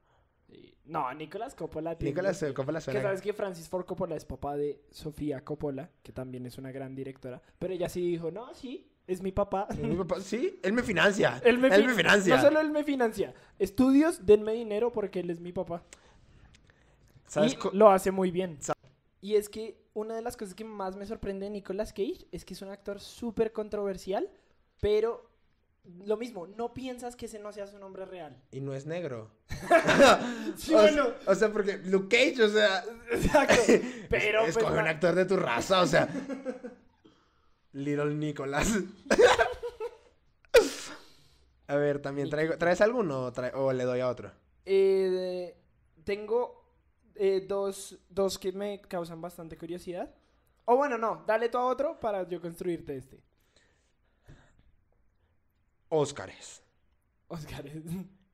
Sí. No, Nicolas Coppola. tiene-
Nicolas eh, Coppola
Que
suena.
sabes que Francis Ford Coppola es papá de Sofía Coppola, que también es una gran directora. Pero ella sí dijo, no, sí, es mi papá.
Mi papá- Sí, él me financia.
Él me, fin-
financia.
No solo él me financia. Estudios, denme dinero porque él es mi papá.
¿Sabes
Y
co-
lo hace muy bien.
Sa-
Y es que una de las cosas que más me sorprende de Nicolas Cage es que es un actor súper controversial, pero Lo mismo, no piensas que ese no sea su nombre real.
Y no es negro.
Sí,
o,
bueno.
o sea, porque Luke Cage, o sea.
Exacto. Pero,
escoge
pues,
un
ma-
actor de tu raza, o sea. Little Nicholas. a ver, también traigo. ¿Traes alguno o, trae- o le doy a otro?
Eh, tengo eh, dos, dos que me causan bastante curiosidad. O bueno, no, dale tú a otro para yo construirte este.
Óscares.
Oscar.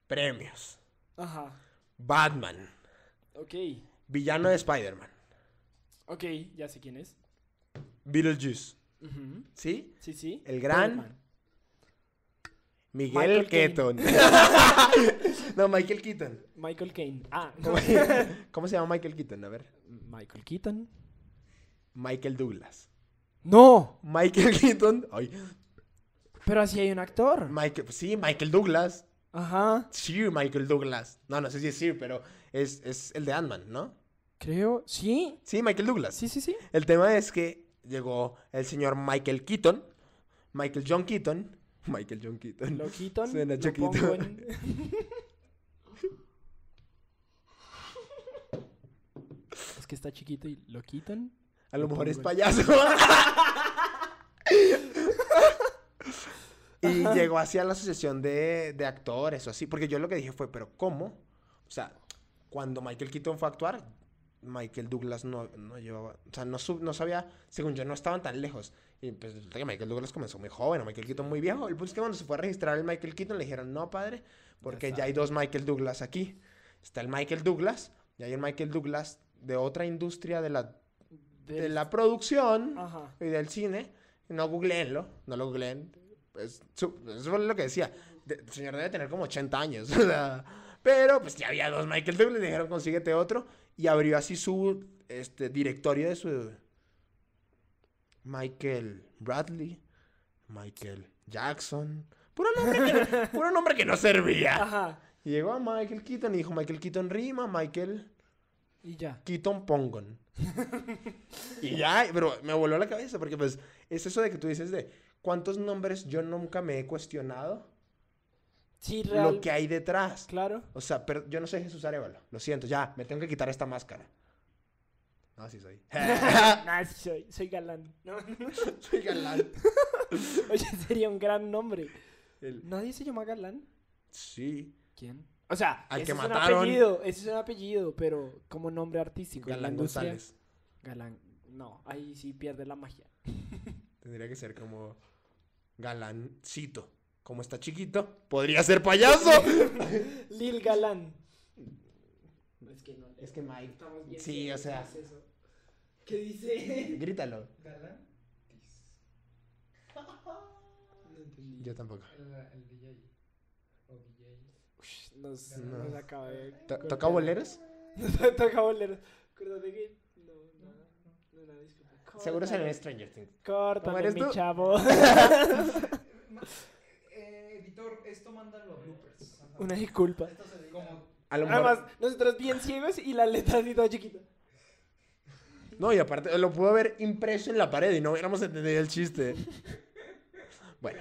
Premios.
Ajá.
Batman.
Ok.
Villano de Spider-Man.
Ok, ya sé quién es.
Beetlejuice.
Ujú.
¿Sí?
Sí, sí.
El gran-
Batman.
Miguel
Michael
Keaton.
Caine.
no, Michael Keaton.
Michael Caine. Ah, no.
¿Cómo, cómo se llama Michael Keaton? A ver.
Michael Keaton.
Michael Douglas.
No,
Michael Keaton. Ay,
pero así hay un actor.
Michael, sí, Michael Douglas.
Ajá,
Sir Michael Douglas. No, no sé si es Sir, pero es, es el de Ant-Man, ¿no?
creo. Sí,
Sí, Michael Douglas.
sí, sí, sí.
El tema es que llegó el señor Michael Keaton. Michael John Keaton. Michael John Keaton.
Lo Keaton.
Suena
lo
chiquito.
pongo en- es que está chiquito y lo Keaton.
A lo
Lo
mejor es
pongo
payaso. y llegó hacia la asociación de, de actores o así. Porque yo lo que dije fue, ¿pero cómo? O sea, cuando Michael Keaton fue a actuar, Michael Douglas no, no llevaba. O sea, no, sub- no sabía. Según yo, no estaban tan lejos. Y pues resulta que Michael Douglas comenzó muy joven, o Michael Keaton muy viejo. El punto es que cuando se fue a registrar el Michael Keaton, le dijeron, no, padre, porque ya hay dos Michael Douglas aquí. Está el Michael Douglas y hay un Michael Douglas de otra industria de la de
Del-
la producción
Ajá.
y del cine. No googleenlo, no lo googleen. Pues, su- eso es lo que decía. De- el señor debe tener como 80 años. o sea, pero pues ya había dos Michael Douglas, le dijeron consíguete otro. Y abrió así su este, directorio de su... Michael Bradley, Michael Jackson. Puro nombre que no, puro nombre que no servía.
Ajá.
Y llegó a Michael Keaton y dijo Michael Keaton rima, Michael...
Y ya.
Keaton Pongon. y ya, pero me voló la cabeza porque pues es eso de que tú dices de cuántos nombres yo nunca me he cuestionado
Sí, real.
lo que hay detrás.
Claro.
O sea, pero yo no soy Jesús Arevalo, lo siento, ya, me tengo que quitar esta máscara. No, sí soy.
Nah, sí soy, soy galán. No,
soy galán.
Oye, sería un gran nombre.
El-
¿Nadie se llama galán?
Sí.
¿Quién? O sea,
Al
ese
que
es
mataron.
un apellido, ese es un apellido, pero como nombre artístico. en la
Galán
industria-
González.
Galán. No, ahí sí pierde la magia.
Tendría que ser como galancito. Como está chiquito, podría ser payaso.
Lil Galán. Es que no.
es que Mike.
Estamos
bien Sí, que o sea. hagas
¿Qué dice?
Grítalo.
Galán.
No entendí.
Yo tampoco.
El, el DJ. O DJ.
Nos,
No.
nos acaba de.
To-
golpear.
¿Toca boleros?
Nos toca boleros. Acuérdate que. No, no. No, no, disculpa.
Seguro salió
Córtale.
en Stranger Things. ¿Cómo
Córtale,
eres
mi
tú?
chavo.
Ma- eh, editor, esto mandan los bloopers.
Una disculpa.
Esto se edita. Como
A lo mejor-
Además, nosotros bien ciegos y la letra así toda chiquita.
No, y aparte lo pudo haber impreso en la pared y no hubiéramos entendido el chiste. Bueno,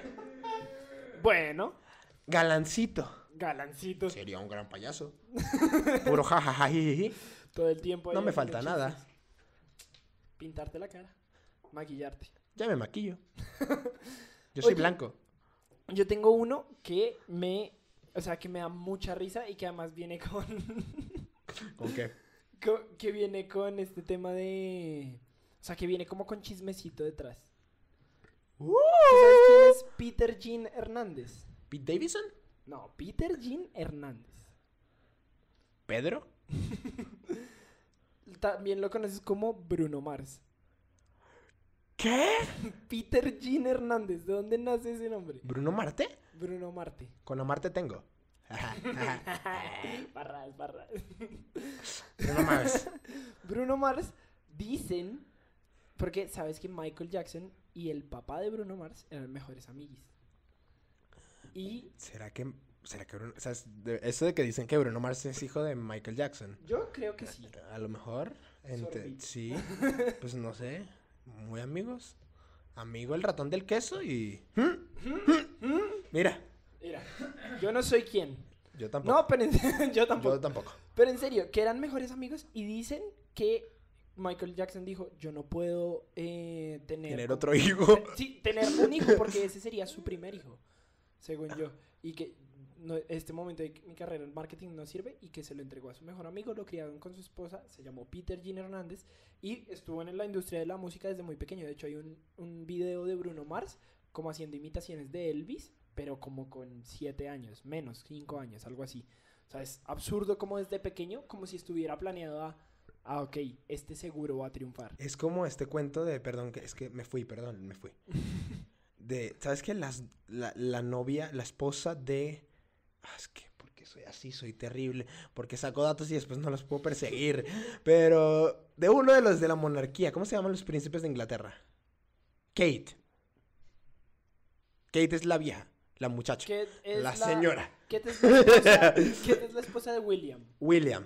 Bueno,
galancito.
galancito.
Sería un gran payaso. Puro jajajajiji.
Todo el tiempo. ahí
No me
haciendo
falta
chistes.
nada.
Pintarte la cara. Maquillarte.
Ya me maquillo. Yo soy
Oye.
blanco.
Yo tengo uno que me, o sea, que me da mucha risa y que además viene con,
¿Con qué?
co- que viene con este tema de, o sea, que viene como con chismecito detrás. ¿Tú sabes quién es Peter Jean Hernández?
¿Pete Davidson?
No, Peter Jean Hernández.
¿Pedro?
También lo conoces como Bruno Mars.
¿Qué?
Peter Jean Hernández, ¿de dónde nace ese nombre?
¿Bruno Marte?
Bruno Marte.
Con Amarte tengo. Ajá, ajá. Ah,
barras, barras.
Bruno Mars.
Bruno Mars dicen porque sabes que Michael Jackson y el papá de Bruno Mars eran mejores amigos. Y
¿Será que, será que Bruno... o sea, es de- eso de que dicen que Bruno Mars es hijo de Michael Jackson.
yo creo que sí.
A lo mejor. entre-
Sorbito.
sí. Pues no sé. Muy amigos. Amigo el ratón del queso y. Mira.
Mira, yo no soy quien.
Yo
No,
tampoco.
pero en- yo tampoco.
Yo tampoco.
Pero en serio, que eran mejores amigos y dicen que Michael Jackson dijo, yo no puedo eh, tener...
Tener
como-
otro hijo.
Sí, tener un hijo porque ese sería su primer hijo, según yo. Y que no- este momento de mi carrera en marketing no sirve y que se lo entregó a su mejor amigo, lo criaron con su esposa, se llamó Peter Gene Hernández y estuvo en la industria de la música desde muy pequeño. De hecho hay un, un video de Bruno Mars como haciendo imitaciones de Elvis, pero como con siete años, menos cinco años, algo así. O sea, es absurdo como desde pequeño, como si estuviera planeado a, ah, ok, este seguro va a triunfar.
Es como este cuento de, perdón, que es que me fui, perdón, me fui. De, ¿sabes qué? Las, la, la novia, la esposa de... Ah, es que, porque soy así? Soy terrible. Porque saco datos y después no los puedo perseguir. Pero de uno de los de la monarquía, ¿cómo se llaman los príncipes de Inglaterra? Kate. Kate es la vieja, la muchacha.
Que es
la señora.
Kate es la esposa, Kate es la esposa de William.
William.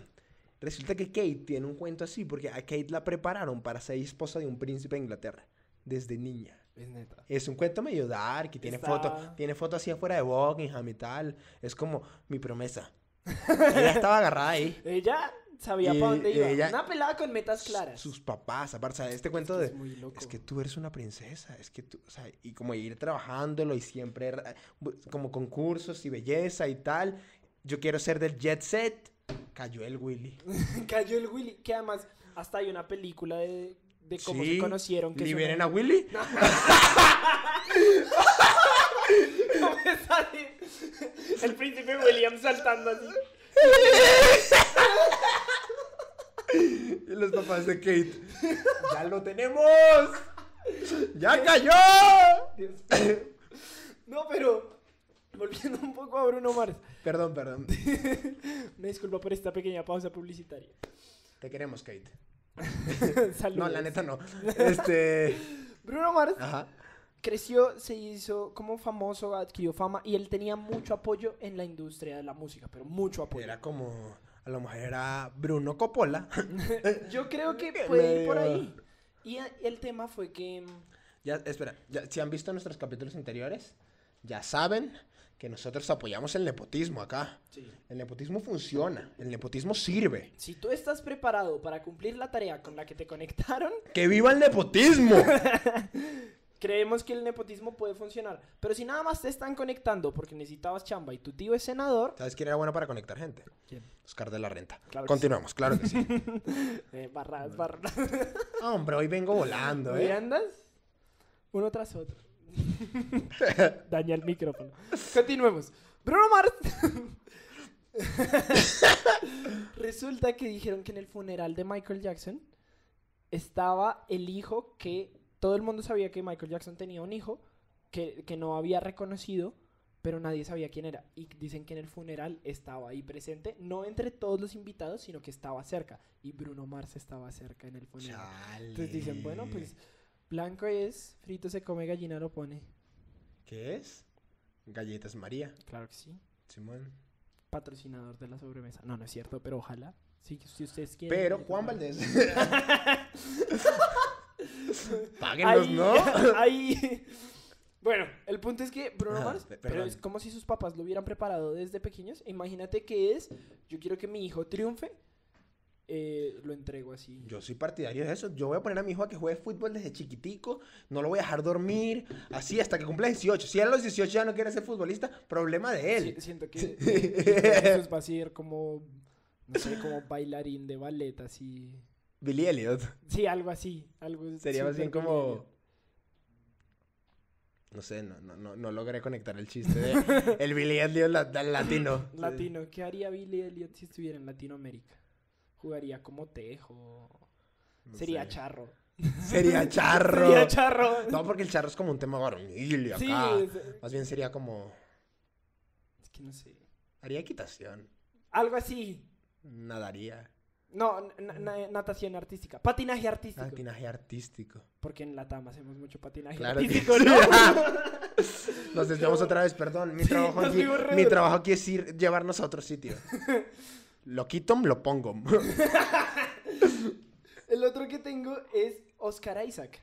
Resulta que Kate tiene un cuento así, porque a Kate la prepararon para ser esposa de un príncipe de Inglaterra, desde niña.
Es neta.
Es un cuento medio dark y tiene
Está-
foto, tiene foto así afuera de Buckingham y tal. Es como mi promesa. Ella estaba agarrada ahí.
Ella sabía
Y-
para dónde
y
iba.
Eh, ella-
Una pelada con metas claras.
Sus papás, aparte, o sea, este cuento
Es
de
muy loco.
es que tú eres una princesa, es que tú, o sea, y como ir trabajándolo y siempre ra- bu- como concursos y belleza y tal. Yo quiero ser del jet set. Cayó el Willy.
Cayó el Willy, que además hasta hay una película de, de cómo
Sí,
se conocieron. Que es
liberen
una-
a Willy.
No me sale. El príncipe William saltando así.
Y los papás de Kate. ¡Ya lo tenemos! ¡Ya cayó!
Dios mío. No, pero volviendo un poco a Bruno Mars.
Perdón, perdón.
Una disculpa por esta pequeña pausa publicitaria.
Te queremos, Kate.
Saludos.
No, la neta no. Este.
Bruno Mars
Ajá.
creció, se hizo como famoso, adquirió fama y él tenía mucho apoyo en la industria de la música, pero mucho apoyo.
Era como. A lo mejor era Bruno Coppola.
Yo creo que
Medio-
puede ir por ahí. Y a- el tema fue que mm,
ya, espera. ya, si han visto nuestros capítulos anteriores, ya saben que nosotros apoyamos el nepotismo acá. El nepotismo funciona. El nepotismo sirve.
si tú estás preparado para cumplir la tarea con la que te conectaron,
¡Que viva el nepotismo!
creemos que el nepotismo puede funcionar. Pero si nada más te están conectando porque necesitabas chamba y tu tío es senador,
¿Sabes quién era bueno para conectar gente? Oscar de la Renta.
Claro que
Continuamos, claro que sí.
eh, barras, barras,
Hombre, hoy vengo volando,
Ahí
¿eh?
andas? Uno tras otro. Daña el micrófono. Continuemos. Bruno Mars. Resulta que dijeron que en el funeral de Michael Jackson estaba el hijo que todo el mundo sabía que Michael Jackson tenía un hijo que, que no había reconocido, pero nadie sabía quién era. Y dicen que en el funeral estaba ahí presente, no entre todos los invitados, sino que estaba cerca. Y Bruno Mars estaba cerca en el funeral.
Chale.
Entonces dicen, bueno, pues blanco es, frito se come, gallina lo pone.
¿Qué es? Galletas María.
Claro que sí.
Simón.
Patrocinador de la sobremesa. No, no es cierto, pero ojalá. Sí, que si ustedes quieren.
Pero
eh,
Juan
pues,
Valdés. Páguenos,
Ahí,
¿no?
ahí. Bueno, el punto es que Bruno
Ajá,
Mars,
pe-
pero
Ah, perdón.
es como si sus papás lo hubieran preparado desde pequeños. Imagínate que es, yo quiero que mi hijo triunfe, eh, lo entrego así.
Yo soy partidario de eso. Yo voy a poner a mi hijo a que juegue fútbol desde chiquitico. No lo voy a dejar dormir. Así hasta que cumpla 18. Si a los 18 ya no quiere ser futbolista, problema de él.
Si- siento que eh, que Jesús va a ser como, no sé, como bailarín de ballet, así.
Billy Elliot.
Sí, algo así. Algo
Sería más
súper
bien como.
binario.
No sé, no, no, no, no logré conectar el chiste de el Billy Elliot la- la- latino.
Latino. ¿Qué haría Billy Elliot si estuviera en Latinoamérica? Jugaría como tejo.
No
Sería
sé.
charro.
Sería charro.
Sería charro.
No, porque el charro es como un tema varonil y acá.
sí, es,
Más bien sería como.
es que no sé.
Haría equitación.
Algo así.
Nadaría.
No, na- na- natación artística. Patinaje artístico.
Patinaje artístico.
Porque en la TAM hacemos mucho patinaje
Claro que
artístico,
sí.
¿no?
Nos desviamos otra vez, perdón. Mi,
Sí,
trabajo,
nos
aquí,
fuimos re
mi
duro.
trabajo aquí es ir, llevarnos a otro sitio. Lo quito, lo pongo.
El otro que tengo es Oscar Isaac.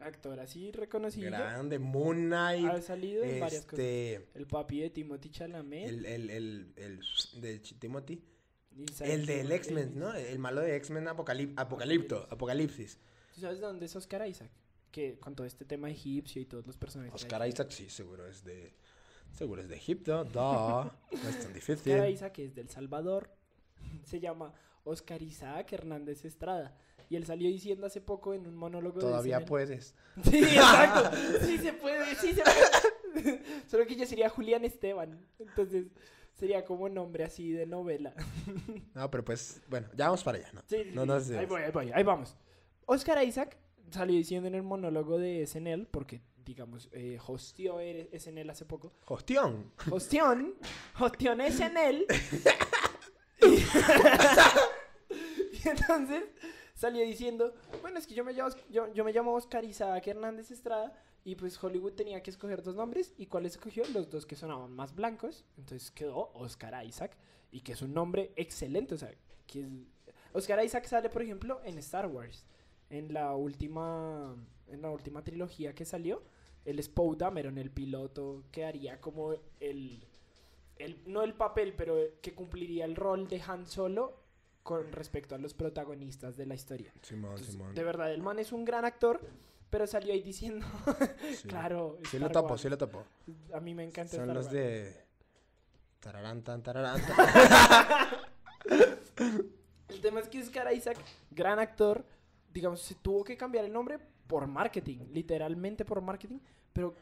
actor así reconocido.
Grande, Moon
Ha
Knight.
salido en varias cosas.
Este.
El papi de Timothy Chalamet.
El, el, el, el, de Ch- Timothy.
Inside
El del
Llewellyn
X-Men,
Davis.
¿no? El malo de X-Men Apocalip- Apocalipto, Apocalipsis.
¿Tú sabes de dónde es Oscar Isaac? Que con todo este tema egipcio y todos los personajes.
Oscar Isaac, sí, seguro es de. Seguro es de Egipto, da. No es tan difícil.
Oscar Isaac es del Salvador. Se llama Oscar Isaac Hernández Estrada. Y él salió diciendo hace poco en un monólogo de
Todavía
CNN.
puedes.
Sí, exacto. Sí se puede, sí se puede. Solo que yo sería Julián Esteban. Entonces sería como nombre así de novela.
No, pero pues, bueno, ya vamos para allá, ¿no?
Sí, sí,
no,
sí.
no
ahí
sé.
voy, ahí voy, ahí vamos. Oscar Isaac salió diciendo en el monólogo de SNL, porque, digamos, eh, hosteó er- SNL hace poco.
Hostión.
Hostión, hostión SNL. y entonces salió diciendo, bueno, es que yo me llamo, Os- yo, yo me llamo Oscar Isaac Hernández Estrada y pues Hollywood tenía que escoger dos nombres y cuál escogió los dos que sonaban más blancos. Entonces quedó Oscar Isaac y que es un nombre excelente. O sea, que es- Oscar Isaac sale, por ejemplo, en Star Wars, en la última, en la última trilogía que salió. El es Poe Dameron, el piloto que haría como el, el- no el papel, pero que cumpliría el rol de Han Solo con respecto a los protagonistas de la historia.
Simón,
Entonces,
Ah, Simón.
de verdad, el man es un gran actor, pero salió ahí diciendo,
sí.
claro,
Sí
Star
lo topo,
Wars.
sí lo topo.
a mí me encanta
Son
Star
los
Wars.
de. Tararán, tan, tararán, tan.
El tema es que Oscar Isaac, gran actor, digamos, se tuvo que cambiar el nombre por marketing, literalmente por marketing, pero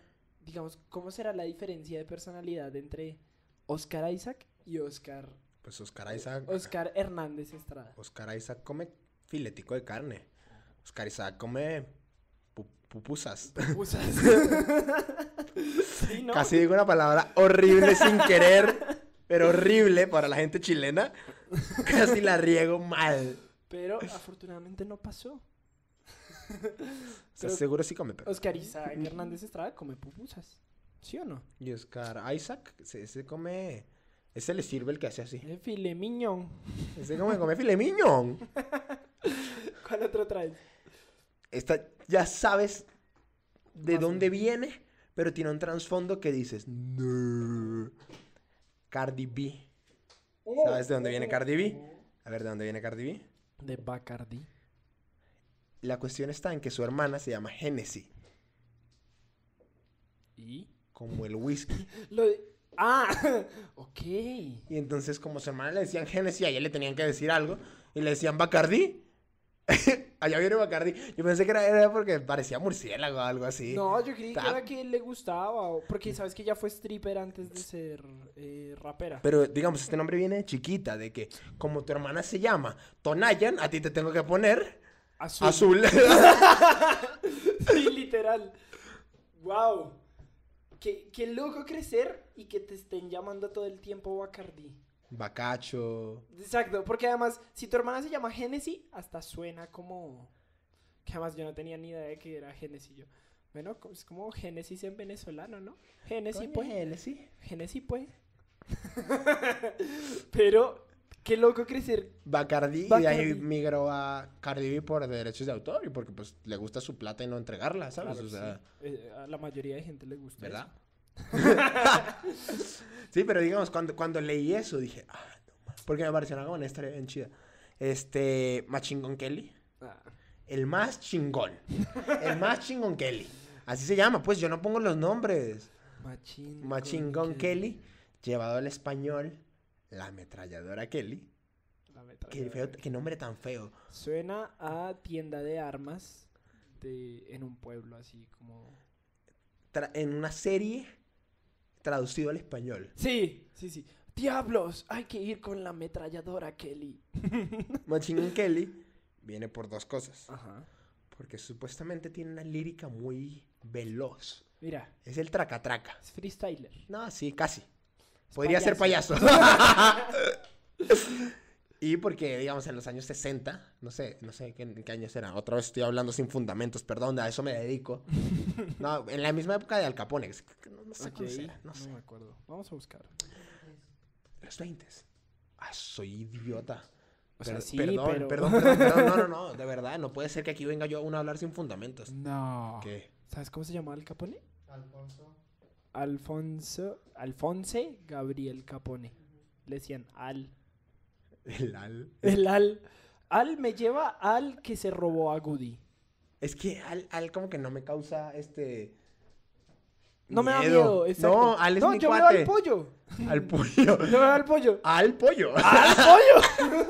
digamos, ¿cómo será la diferencia de personalidad entre Oscar Isaac y Oscar
Pues Oscar Isaac.
Oscar Hernández Estrada?
Oscar Isaac come filetico de carne. Oscar Isaac come pu- pupusas.
Usas. sí, ¿no?
Casi digo una palabra horrible sin querer, pero horrible para la gente chilena. Casi la riego mal.
Pero afortunadamente no pasó.
O sea,
Pero-
seguro sí come perro.
Oscar Isaac Hernández Estrada come pupusas. ¿Sí o no?
Y Oscar Isaac, se, se come... Ese le sirve el que hace así.
El file miñón.
Ese como que come filet mignon.
¿Cuál otro traes?
Esta, ya sabes de
Más o
dónde viene, pero tiene un trasfondo que dices... No. Cardi B. ¿Sabes de dónde viene Cardi B? A ver, ¿de dónde viene Cardi B?
De Bacardi.
La cuestión está en que su hermana se llama Genesis,
¿Y?
como el whisky.
Lo de... Ah, ok.
Y entonces, como su hermana le decían Genesis, a ella le tenían que decir algo. Y le decían Bacardi. Allá viene Bacardi. Yo pensé que era, era porque parecía murciélago o algo así.
No, yo creí que
Ta-
era que le gustaba. o- Porque sabes que ya fue stripper antes de ser eh, rapera.
Pero digamos, este nombre viene de chiquita, de que como tu hermana se llama Tonayan, a ti te tengo que poner
Azul.
azul.
Sí, literal. Wow. Qué, qué loco crecer y que te estén llamando todo el tiempo Bacardi.
Bacacho.
Exacto, porque además, si tu hermana se llama Genesis, hasta suena como. Que además yo no tenía ni idea de que era Genesis yo. Bueno, co- es como Genesis en venezolano, ¿no? Genesis,
Coño,
pues.
Genesis.
Genesis, pues. Pero, qué loco crecer.
Bacardi, y de ahí
Bacardi.
migró a Cardi B por derechos de autor y porque pues le gusta su plata y no entregarla, ¿sabes?
Claro,
o sea,
sí. Eh, a la mayoría de gente le gusta.
¿verdad?
eso.
sí, pero digamos, cuando, cuando leí eso dije, ah, no mames", porque me pareció una buena historia bien chida. Este, más chingón Kelly,
Ah.
el más chingón, el más chingón Kelly. Así se llama, pues yo no pongo los nombres.
Machín.
Más chingón Kelly, llevado al español, la ametralladora Kelly.
La
Qué,
metralla.
feo- qué nombre tan feo.
Suena a tienda de armas de, en un pueblo así como...
tra- en una serie traducido al español.
Sí, sí, sí. Diablos, hay que ir con la ametralladora, Kelly.
Machine Gun Kelly viene por dos cosas.
Ajá.
Porque supuestamente tiene una lírica muy veloz.
Mira,
Es el traca-traca.
es freestyler. es
No, sí, casi. Podría
payaso.
ser payaso. y porque, digamos, en los años 60, no sé, no sé qué, en qué años era. Otra vez estoy hablando sin fundamentos, perdón, a eso me dedico. No, en la misma época de Al Capone. que es- que No, no sé cómo
Ok,
será, no sé.
me acuerdo. Vamos a buscar.
Los 20. Ah, soy idiota.
O sea,
Per-
sí,
perdón,
pero...
perdón, perdón, perdón, no, no, no, de verdad, no puede ser que aquí venga yo aún a hablar sin fundamentos.
No.
¿Qué?
¿Sabes cómo se llamaba el Capone?
Alfonso.
Alfonso... Alfonse Gabriel Capone. Le decían Al.
El al.
El Al. Al me lleva al que se robó a Goody.
Es que al, al como que no me causa este.
No me da miedo. exacto.
No, al es
no,
mi
yo me
cuate.
veo al pollo.
Al pollo.
Yo me Ah, veo al pollo.
Al pollo.
¡Al pollo!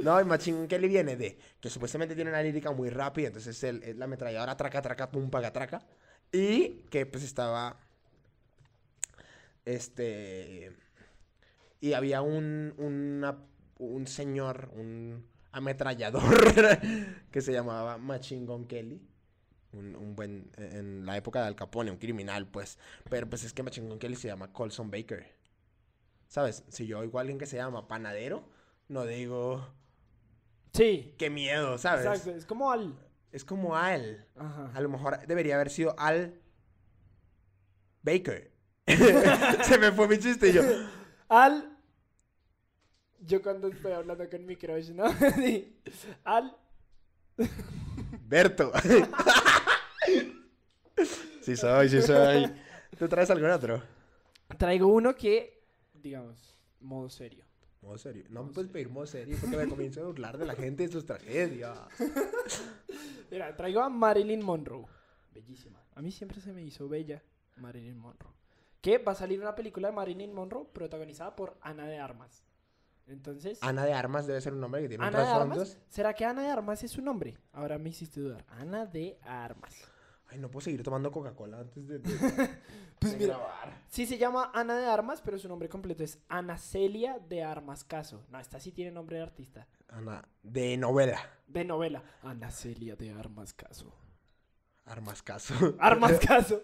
No, y Machín Kelly viene de que supuestamente tiene una lírica muy rápida, entonces él, es la ametralladora traca, traca, pum, paga, traca. Y que pues estaba. Este. Y había un, una- un señor, un ametrallador que se llamaba Machine Gun Kelly. Un, un buen, eh, en la época de Al Capone, un criminal, pues. Pero pues es que Machine Gun Kelly se llama Colson Baker. ¿Sabes? Si yo oigo a alguien que se llama panadero, no digo,
Sí.
qué miedo, ¿sabes?
Exacto, es como al.
Es como Al. A
Ajá.
lo mejor debería haber sido Al Baker. Se me fue mi chiste y yo.
Al. Yo cuando estoy hablando con mi crush, ¿no? Sí. al.
Berto. sí soy, sí soy. ¿Tú traes algún otro?
Traigo uno que, digamos, modo serio.
Modo serio. No me puedes pedir modo serio porque me comienzo a burlar de la gente y sus tragedias.
Mira, traigo a Marilyn Monroe. Bellísima. A mí siempre se me hizo bella Marilyn Monroe. Que va a salir una película de Marilyn Monroe protagonizada por Ana de Armas. Entonces,
Ana de Armas debe ser un nombre que tiene
Ana de Armas.
trasfondos.
¿Será que Ana de Armas es su nombre? Ahora me hiciste dudar. Ana de Armas.
Ay, no puedo seguir tomando Coca-Cola antes de, de-
Pues
de
mira,
grabar.
Sí, se llama Ana de Armas, pero su nombre completo es Ana Celia de Armas Caso. No, esta sí tiene nombre de artista.
Ana, de novela.
De novela. Ana Celia de Armas Caso.
Armas caso.
Armas Caso.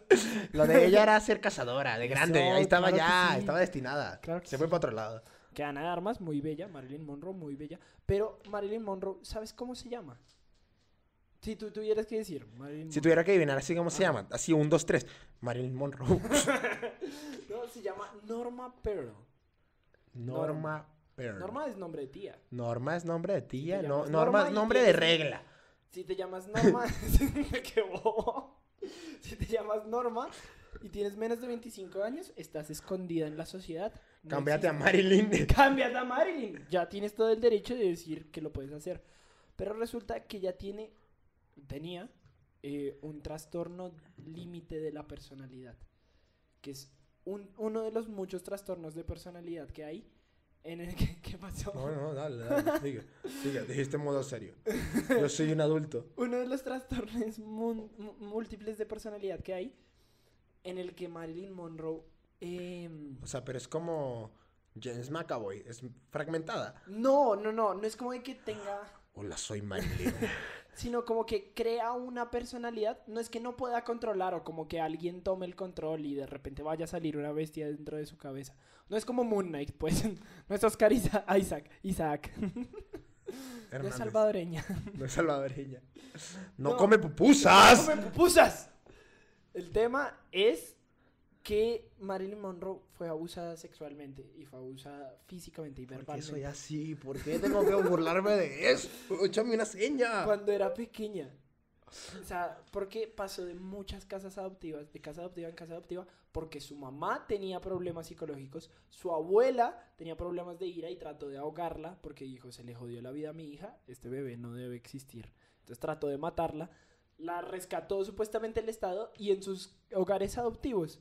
Lo de ella era ser cazadora, de grande.
Eso,
Ahí estaba
claro que
ya,
sí.
estaba destinada.
Claro que
Se
sí.
fue para otro lado.
que Ana de Armas, muy bella. Marilyn Monroe, muy bella. Pero Marilyn Monroe, ¿sabes cómo se llama? Si tú tuvieras que decir Marilyn
Si
Monroe.
tuviera que adivinar así cómo se llama, así un, dos, tres. Marilyn Monroe.
No, se llama Norma Pearl.
Norma Pearl.
Norma es nombre de tía.
Norma es nombre de tía.
te
No,
llamas
Norma
Norma
es
y
nombre de
tienes-
regla.
Si te llamas Norma, qué bobo. Si te llamas Norma y tienes menos de 25 años, estás escondida en la sociedad. No
Cámbiate a
existes.
Marilyn.
Cámbiate a Marilyn. Ya tienes todo el derecho de decir que lo puedes hacer. Pero resulta que ya tiene, tenía eh, un trastorno límite de la personalidad, que es un- uno de los muchos trastornos de personalidad que hay. En el que, ¿qué pasó?
No, no, dale, dale. Sigue, sigue. Dijiste en modo serio. Yo soy un adulto.
uno de los trastornos mun- mu- múltiples de personalidad que hay, en el que Marilyn Monroe... em,
O sea, pero es como James McAvoy. Es fragmentada.
no, no, no, no es como de que tenga...
Hola, soy Marilyn.
Sino como que crea una personalidad, no es que no pueda controlar o como que alguien tome el control y de repente vaya a salir una bestia dentro de su cabeza. No es como Moon Knight, pues. No es Oscar Isa- Isaac. Isaac. No es
Hernández.
salvadoreña.
No es salvadoreña. No,
No.
come pupusas.
¡Come pupusas! El tema es que Marilyn Monroe fue abusada sexualmente y fue abusada físicamente y
¿Por qué
verbalmente.
soy así? ¿Por qué tengo que burlarme de eso? Échame una seña.
Cuando era pequeña. O sea, porque pasó de muchas casas adoptivas, de casa adoptiva en casa adoptiva, porque su mamá tenía problemas psicológicos, su abuela tenía problemas de ira y trató de ahogarla porque dijo, se le jodió la vida a mi hija, este bebé no debe existir. Entonces trató de matarla, la rescató supuestamente el Estado y en sus hogares adoptivos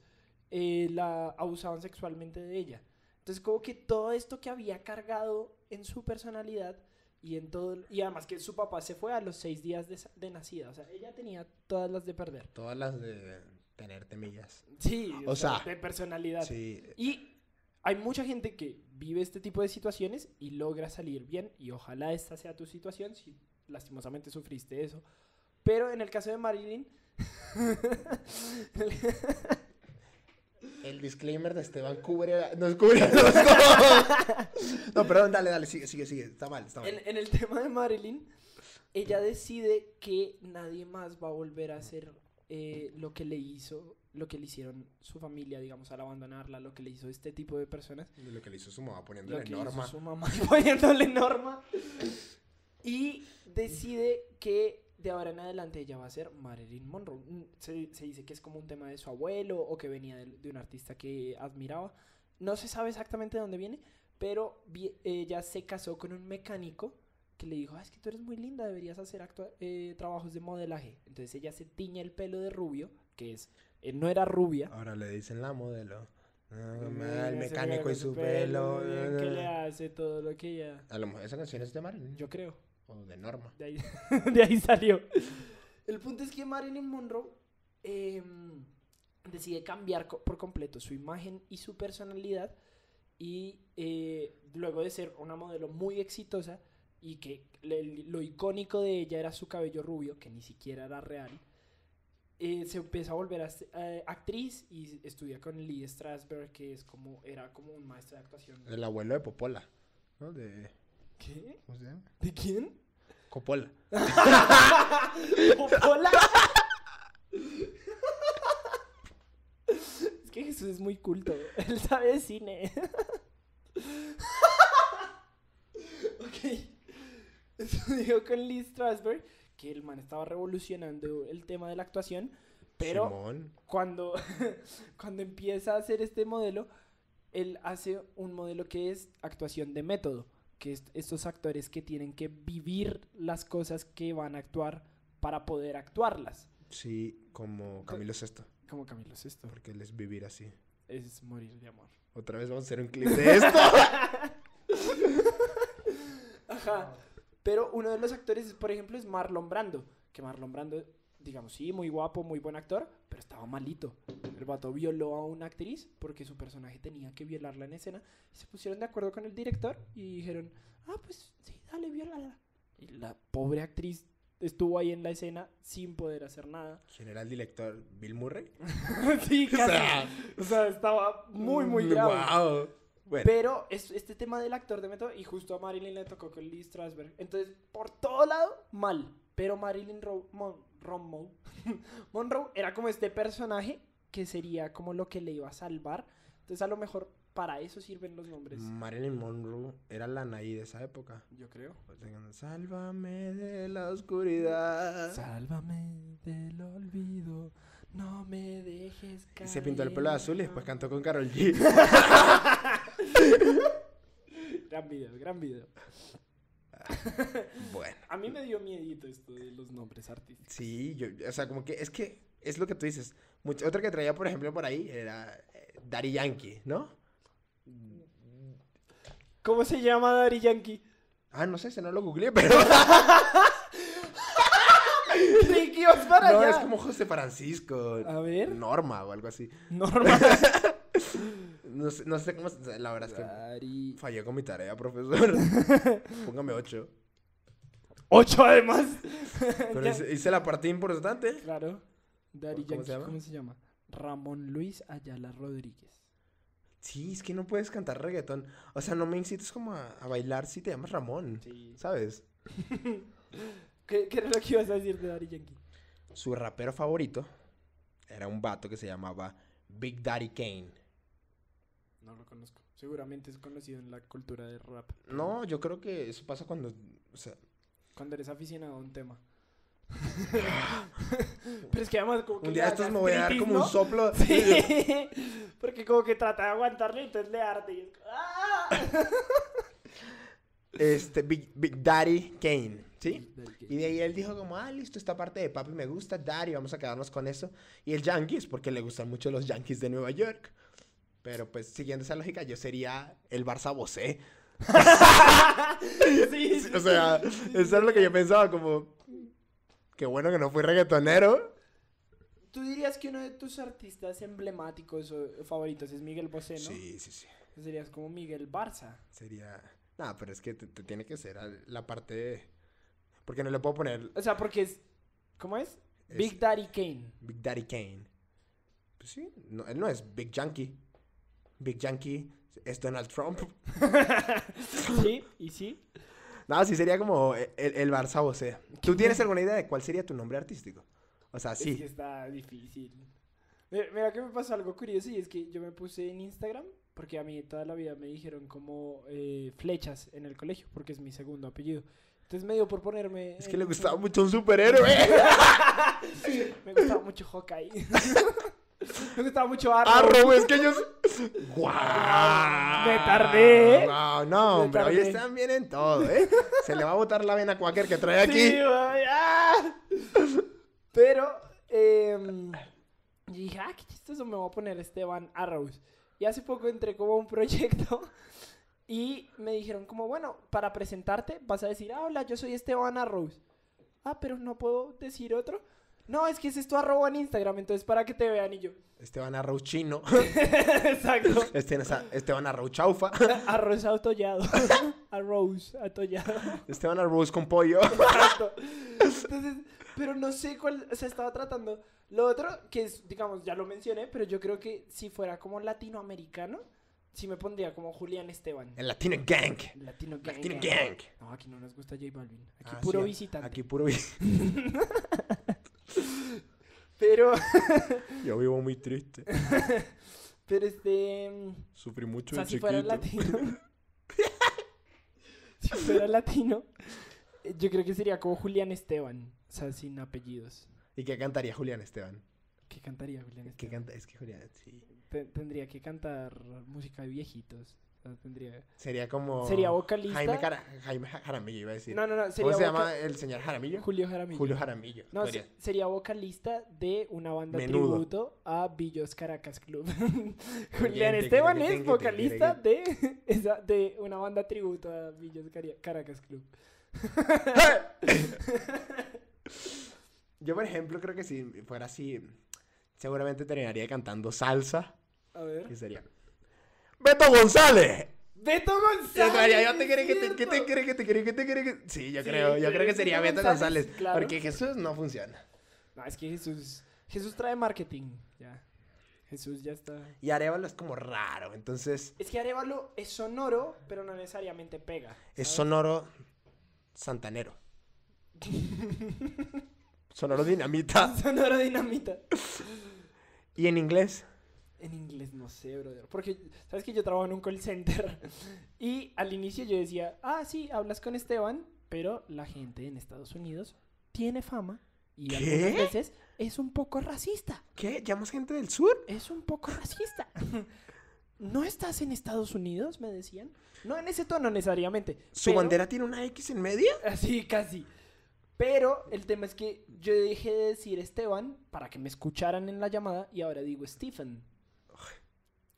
eh, la abusaban sexualmente de ella. Entonces como que todo esto que había cargado en su personalidad y en todo y además que su papá se fue a los seis días de, sa- de nacida, o sea, ella tenía todas las de perder.
Todas las de tener temillas.
Sí, o,
O
sea,
sea,
de personalidad.
Sí.
Y hay mucha gente que vive este tipo de situaciones y logra salir bien y ojalá esta sea tu situación si lastimosamente sufriste eso. Pero en el caso de Marilyn
El disclaimer de Esteban cubre. la- Nos cubre a los dos. No, perdón, dale, dale, sigue, sigue, sigue. Está mal, está mal.
En, en el tema de Marilyn, ella decide que nadie más va a volver a hacer eh, lo que le hizo lo que le hicieron su familia, digamos, al abandonarla, lo que le hizo este tipo de personas,
De lo que le hizo su mamá
lo
poniéndole
que hizo
norma.
su mamá poniéndole norma. Y decide que de ahora en adelante ella va a ser Marilyn Monroe. Mm, Se, se dice que es como un tema de su abuelo o que venía del- de, un artista que admiraba. No se sabe exactamente de dónde viene, pero vi- ella se casó con un mecánico que le dijo, "Ah, es que tú eres muy linda, deberías hacer actua- eh, trabajos de modelaje. Entonces ella se tiñe el pelo de rubio, que es, eh, no era rubia.
Ahora le dicen la modelo. Ah,
Mira,
el
ese
mecánico y
con
su pelo.
bien, Que le
ah.
hace todo lo que ella...
A lo mejor esa canción es de Marilyn.
Yo creo.
O de Norma.
De ahí, de ahí salió. El punto es que Marilyn Monroe em, decide cambiar co- por completo su imagen y su personalidad. Y eh, luego de ser una modelo muy exitosa y que le- lo icónico de ella era su cabello rubio, que ni siquiera era real, eh, se empieza a volver a, s- eh, actriz y estudia con Lee Strasberg, que es como, era como un maestro de actuación.
El abuelo de Popola. ¿No? De.
¿Qué?
¿Cómo se llama?
¿De quién?
Coppola.
Hola. Es que Jesús es muy culto. Él sabe de cine. ok. Eso dijo con Lee Strasberg que el man estaba revolucionando el tema de la actuación, pero
Simón.
cuando, cuando empieza a hacer este modelo, él hace un modelo que es actuación de método, que es estos actores que tienen que vivir las cosas que van a actuar para poder actuarlas.
Sí, como Camilo Sesto.
Como Camilo esto
Porque él es vivir así.
es morir de amor.
Otra vez vamos a hacer un clip de esto.
Ajá. Pero uno de los actores, por ejemplo, es Marlon Brando. Que Marlon Brando, digamos, sí, muy guapo, muy buen actor, pero estaba malito. El vato violó a una actriz porque su personaje tenía que violarla en escena. Y se pusieron de acuerdo con el director y dijeron, ah, pues sí, dale, violala. Y la pobre actriz estuvo ahí en la escena sin poder hacer nada.
¿Quién era el director? ¿Bill Murray?
sí,
O sea, mm,
casi. O sea, estaba muy, muy grave.
Wow. Bueno,
Pero es, este tema del actor de método, y justo a Marilyn le tocó con Lee Strasberg. Entonces, por todo lado, mal. Pero Marilyn Ro- Mon- Monroe, Monroe era como este personaje que sería como lo que le iba a salvar. Entonces, a lo mejor para eso sirven los nombres.
Marilyn Monroe era la Anaí de esa época.
Yo creo.
O sea, Sálvame de la oscuridad.
Sálvame del olvido, no me dejes
Y
caer.
se pintó el pelo de azul y después cantó con Carol G.
Gran video, gran video.
Bueno,
A mí me dio miedito esto de los nombres artísticos.
sí, yo, o sea, como que es que es lo que tú dices. Mucha- otra que traía, por ejemplo, por ahí era eh, Daddy Yankee, ¿no?
¿Cómo se llama Dari Yankee?
Ah, no sé, se no lo googleé, pero
Creí que ibas para
no,
allá.
es como José Francisco,
A ver,
Norma o algo así.
normal.
No sé, no sé cómo, se- la verdad es
Ah.
que
Dari.
fallé con mi tarea, profesor. Póngame 8.
Ocho además.
Pero
Ya.
hice, hice la parte importante.
Claro. Dari
¿Cómo
Yankee,
se llama?
¿cómo se llama? Ramón Luis Ayala Rodríguez.
Sí, es que no puedes cantar reggaetón. O sea, no me incites como a, a bailar si te llamas Ramón,
Sí.
¿sabes?
¿Qué, qué era lo que ibas a decir de Dari Yankee?
Su rapero favorito era un vato que se llamaba Big Daddy Kane.
No lo conozco. Seguramente es conocido en la cultura del rap.
No, yo creo que eso pasa cuando... O sea,
Cuando eres aficionado a un tema. Pero es que además como que
un
le
día
da
estos me voy a dar
gastritis,
como
¿no?
un soplo.
Sí, porque como que trata de aguantarlo y entonces le arde. y es como, ¡ah!
Este, Big, Big Daddy Kane, ¿sí? Y de ahí él dijo como, ah, listo, esta parte de papi me gusta, Daddy, vamos a quedarnos con eso. Y el Yankees, porque le gustan mucho los Yankees de Nueva York. Pero pues, siguiendo esa lógica, yo sería el Barça Bosé.
Sí,
O sea, eso es lo que yo pensaba, como... Qué bueno que no fui reggaetonero.
Tú dirías que uno de tus artistas emblemáticos o favoritos es Miguel Bosé, ¿no?
Sí, sí, sí.
Serías como Miguel Barça.
Sería... Nada, pero es que te, te tiene que ser al- la parte de... Porque no le puedo poner
O sea, porque es. ¿Cómo es?
Es-
Big Daddy Kane.
Big Daddy Kane. Pues sí, no, él no es Big Yankee. Big Yankee es Donald Trump.
sí, y sí.
No, sí sería como e, el, el Barça Bosé. ¿Tú tienes alguna idea de cuál sería tu nombre artístico? O sea,
Es que
sí.
está difícil. Mira, mira que me pasó algo curioso y es que yo me puse en Instagram porque a mí toda la vida me dijeron como eh, flechas en el colegio porque es mi segundo apellido. Entonces me dio por ponerme...
Es que
en-
le gustaba mucho un superhéroe.
Me gustaba mucho Hawkeye. me gustaba mucho Arrow.
Arrow, Ah, es que ellos. ¡Guau!
Me tardé. ¿eh?
Guau, no,
Me
hombre, hoy
tardé.
están bien en todo, ¿eh? Se le va a botar la vena a Quaker que trae aquí.
Sí, güey, ¡ah! Pero, em, yo dije, ah, qué chistoso me voy a poner Esteban Arrows. Y hace poco entré como a un proyecto y me dijeron como, bueno, para presentarte vas a decir, ah, hola, yo soy Esteban Arrows. Ah, pero no puedo decir otro. No, es que ese es tu arroba en Instagram, entonces para que te vean y yo.
Esteban Arrow chino.
Exacto.
Este- Esteban Arrow chaufa.
Arroz atollado. Arrows atollado.
Esteban Arrow con pollo.
Exacto. Entonces, pero no sé cuál se estaba tratando. Lo otro, que es, digamos, ya lo mencioné, pero yo creo que si fuera como latinoamericano, sí me pondría como Julián Esteban.
El Latino Gang.
Latino gang.
Latino
gang.
Gang.
No, aquí no nos gusta J Balvin. Aquí
Ah,
puro
sí,
visitante.
Aquí puro visitante. ah.
Pero,
Yo vivo muy triste.
pero este. mm,
Sufrí mucho
O sea,
de
si
chiquito.
fuera latino. si fuera latino, eh, yo creo que sería como Julián Esteban. O sea, sin apellidos.
¿Y qué cantaría Julián Esteban?
¿Qué cantaría Julián Esteban?
¿Qué canta? Es que Julián, sí.
Te- tendría que cantar música de viejitos. O sea, tendría...
Sería como.
Sería vocalista.
Oh, Jaime, Cara- Jaime Ja- Jaramillo, iba a decir.
No, no, no. Sería
¿Cómo se
voca-
llama el señor Jaramillo?
Julio Jaramillo.
Julio Jaramillo.
No,
Podría-
se- sería vocalista de una banda
Menudo.
tributo a Villos Caracas Club. Julián
Bien, tiquitiquín,
Esteban es
tiquitiquín,
vocalista de, esa- de una banda tributo a Villos Cari- Caracas Club.
Yo, por ejemplo, creo que si fuera así, seguramente terminaría cantando salsa.
A ver.
Que sería. ¡Beto González!
Beto
Yo
González.
traería, yo te quiere que te, que te
¿cierto?
quiere que te quiere que te quiere que. Sí, yo
Sí,
creo, yo
pero
creo que
Beto
sería Beto
González,
González.
claro.
Porque Jesús no funciona.
No, es que Jesús. Jesús trae marketing. Ya. Jesús ya está.
Y Arevalo es como raro, entonces
Es que Arevalo es sonoro, pero no necesariamente pega.
es
¿sabes?
sonoro santanero. sonoro dinamita.
sonoro dinamita.
Y en inglés,
En inglés no sé, brother. Porque, ¿sabes que Yo trabajo en un call center. Y al inicio yo decía, ah, sí, hablas con Esteban, pero la gente en Estados Unidos tiene fama y
¿Qué?
algunas veces es un poco racista.
¿qué? ¿Llamas gente del sur?
Es un poco racista. ¿No estás en Estados Unidos? Me decían. No en ese tono necesariamente.
¿Su
pero-
bandera tiene una X en medio?
Así, casi. Pero el tema es que yo dejé de decir Esteban para que me escucharan en la llamada y ahora digo Stephen.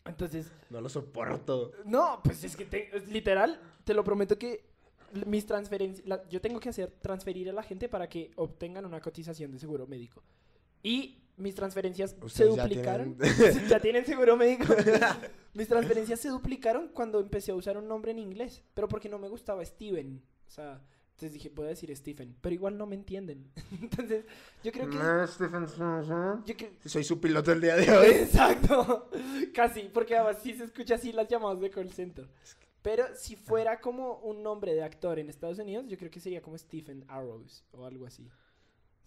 Entonces,
No lo soporto.
no, pues es que te- es literal, te lo prometo que l- mis transferencias, la- yo tengo que hacer transferir a la gente para que obtengan una cotización de seguro médico. Y mis transferencias se
Ustedes ya
duplicaron.
tienen-
Ya tienen seguro médico. mis transferencias se duplicaron cuando empecé a usar un nombre en inglés, pero porque no me gustaba Steven. O sea, entonces dije, voy a decir Stephen, pero igual no me entienden. entonces, yo creo que...
No, Stephen Sondheim.
Yo creo,
Soy su piloto el día de hoy.
Exacto. Casi, porque además sí se escucha así las llamadas de call center. Pero
Ah.
si fuera como un nombre de actor en Estados Unidos, yo creo que sería como Stephen Arrows o algo así.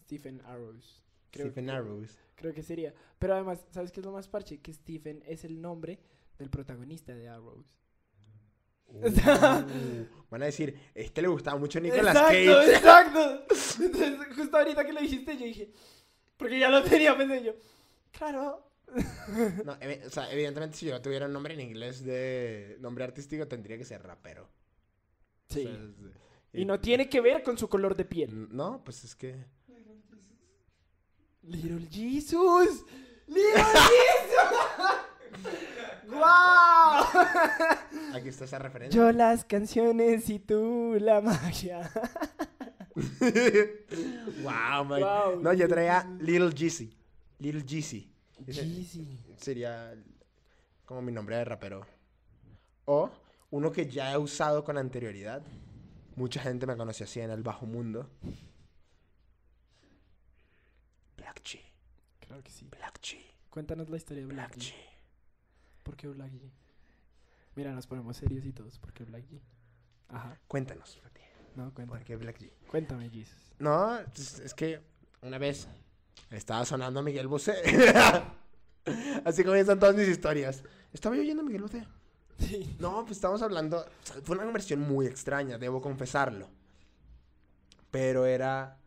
Stephen Arrows. Creo,
Stephen Arrows.
creo que sería. Pero además, ¿sabes qué es lo más parche? Que Stephen es el nombre del protagonista de Arrows. O sea-
Uh, van a decir, este le gustaba mucho Nicolas
exacto,
Cage.
exacto. Entonces, justo ahorita que lo dijiste, yo dije, porque ya lo tenía, pensé yo. Claro.
No, evi- o sea, evidentemente si yo tuviera un nombre en inglés de nombre artístico tendría que ser rapero. O
Sí.
sea, eh, es-
Y no tiene que ver con su color de piel.
No, pues es que...
Little Jesus. Little Jesus. ¡Guau!
Aquí está esa referencia.
Yo las canciones y tú la magia.
wow, man.
Wow.
No, yo traía Little Jeezy. Little Jeezy. Ese
Jeezy.
Sería como mi nombre de rapero. O uno que ya he usado con anterioridad. Mucha gente me conoció así en el bajo mundo. Black G,
Claro que sí.
Black G,
Cuéntanos la historia de
Black
Black
G.
G. ¿Por qué Black G? Mira, nos ponemos serios y todos. ¿Por qué Black G? Ajá.
Cuéntanos, Fati,
No,
¿por
cuéntame.
qué Black G?
Cuéntame, Jesus.
No, es, es que una vez estaba sonando Miguel Bosé. Así comienzan todas mis historias. Estaba yo oyendo a Miguel Bosé.
Sí.
No, pues estamos hablando. o sea, Fue una conversión muy extraña, debo confesarlo. Pero era.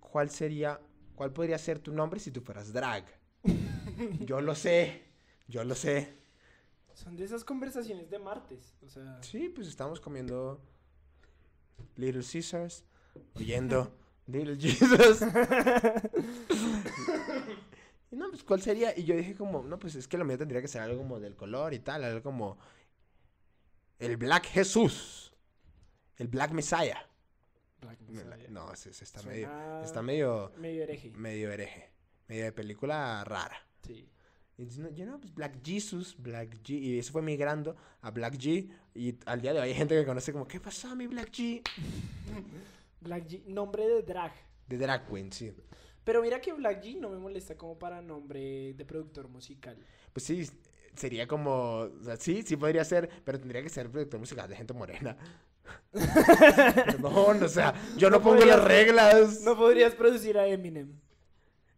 ¿Cuál sería. ¿Cuál podría ser tu nombre si tú fueras drag? Yo lo sé. Yo lo sé.
Son de esas conversaciones de martes. O sea,
Sí, pues estamos comiendo. Little Caesars. Oyendo. Little Jesus. Y no, pues, ¿cuál sería? Y yo dije como, no, pues es que lo mío tendría que ser algo como del color y tal, algo como el Black Jesús, el Black Messiah.
Black
Me la-
Messiah.
No, ese, ese está
Suena
medio, está medio,
medio hereje.
medio hereje, medio de película rara.
Sí.
Y dice, no, yo no, pues Black Jesus, Black G, y eso fue migrando a Black G, y al día de hoy hay gente que me conoce como, ¿qué pasó, mi Black G?
Black G, nombre de drag.
De Drag Queen, sí.
Pero mira que Black G no me molesta como para nombre de productor musical.
Pues sí, sería como, o sea, sí, sí podría ser, pero tendría que ser productor musical de gente morena. Perdón, o sea, yo no,
No
pongo
podría
las
ser.
reglas.
No
No.
podrías producir a Eminem.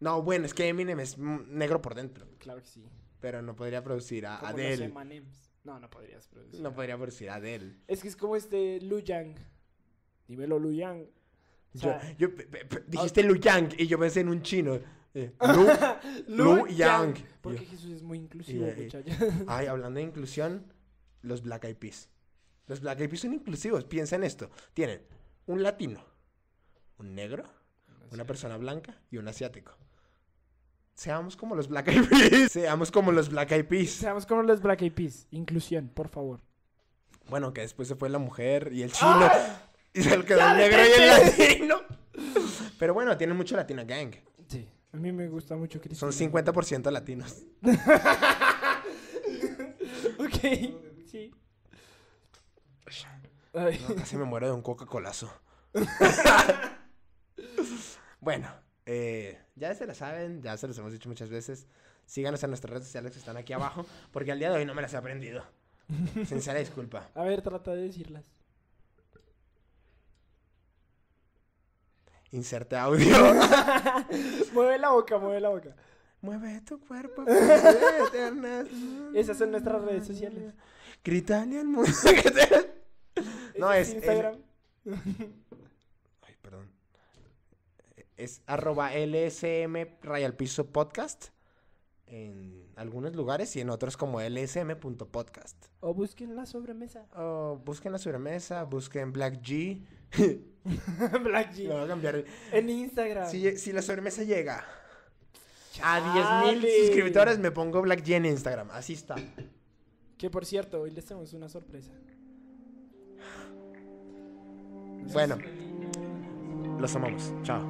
bueno, es que Eminem es mm, negro por dentro,
Claro que sí.
pero no podría producir a
Como
Adele.
los Emanems. No, no podrías producir.
No podría producir a Adele.
Es que es como este Lu Yang. Dímelo Lu Yang. O
Yo,
sea,
yo- pe- pe- pe- dijiste Lu Yang y yo pensé en un chino. Eh, Lu. Lu Yang.
Porque
Yo-
Jesús es muy inclusivo,
eh, eh.
muchacha.
Ay, hablando de inclusión, los Black Eyed Peas. Los Black Eyed Peas son inclusivos, piensa en esto. Tienen un latino, un negro, una persona blanca y un asiático. Seamos como los Black Eyed Peas. Seamos como los Black Eyed Peas.
Seamos como los Black Eyed Peas. Inclusión, por favor.
Bueno, que después se fue la mujer y el chino. Y se quedó el negro y el latino. Pero bueno, tienen mucho latina gang.
Sí. A mí me gusta mucho
Son
Cristina.
50% latinos.
Ok. Sí. Ay.
No, casi me muero de un Coca-Colazo. bueno, eh, ya se la saben, ya se los hemos dicho muchas veces. Síganos en nuestras redes sociales que están aquí abajo, porque al día de hoy no me las he aprendido. Sincera disculpa.
A ver, trata de decirlas.
Inserte audio.
mueve la boca, mueve la boca.
Mueve tu cuerpo. mueve eternas.
Esas son nuestras redes sociales.
Gritale al mundo. que te- No,
Ese
es- es-
Instagram.
Ay, perdón. Es arroba LSM Rayal Piso Podcast. En algunos lugares y en otros como lsm.podcast.
O busquen la sobremesa.
O busquen la sobremesa, busquen Black G.
Black
Lo
G.
voy a cambiar.
En Instagram.
Si, si la sobremesa llega a
Ah. Chale.
10.000 suscriptores, me pongo Black G en Instagram. Así está.
Que por cierto, hoy les tenemos una sorpresa.
Bueno, los amamos. Chao.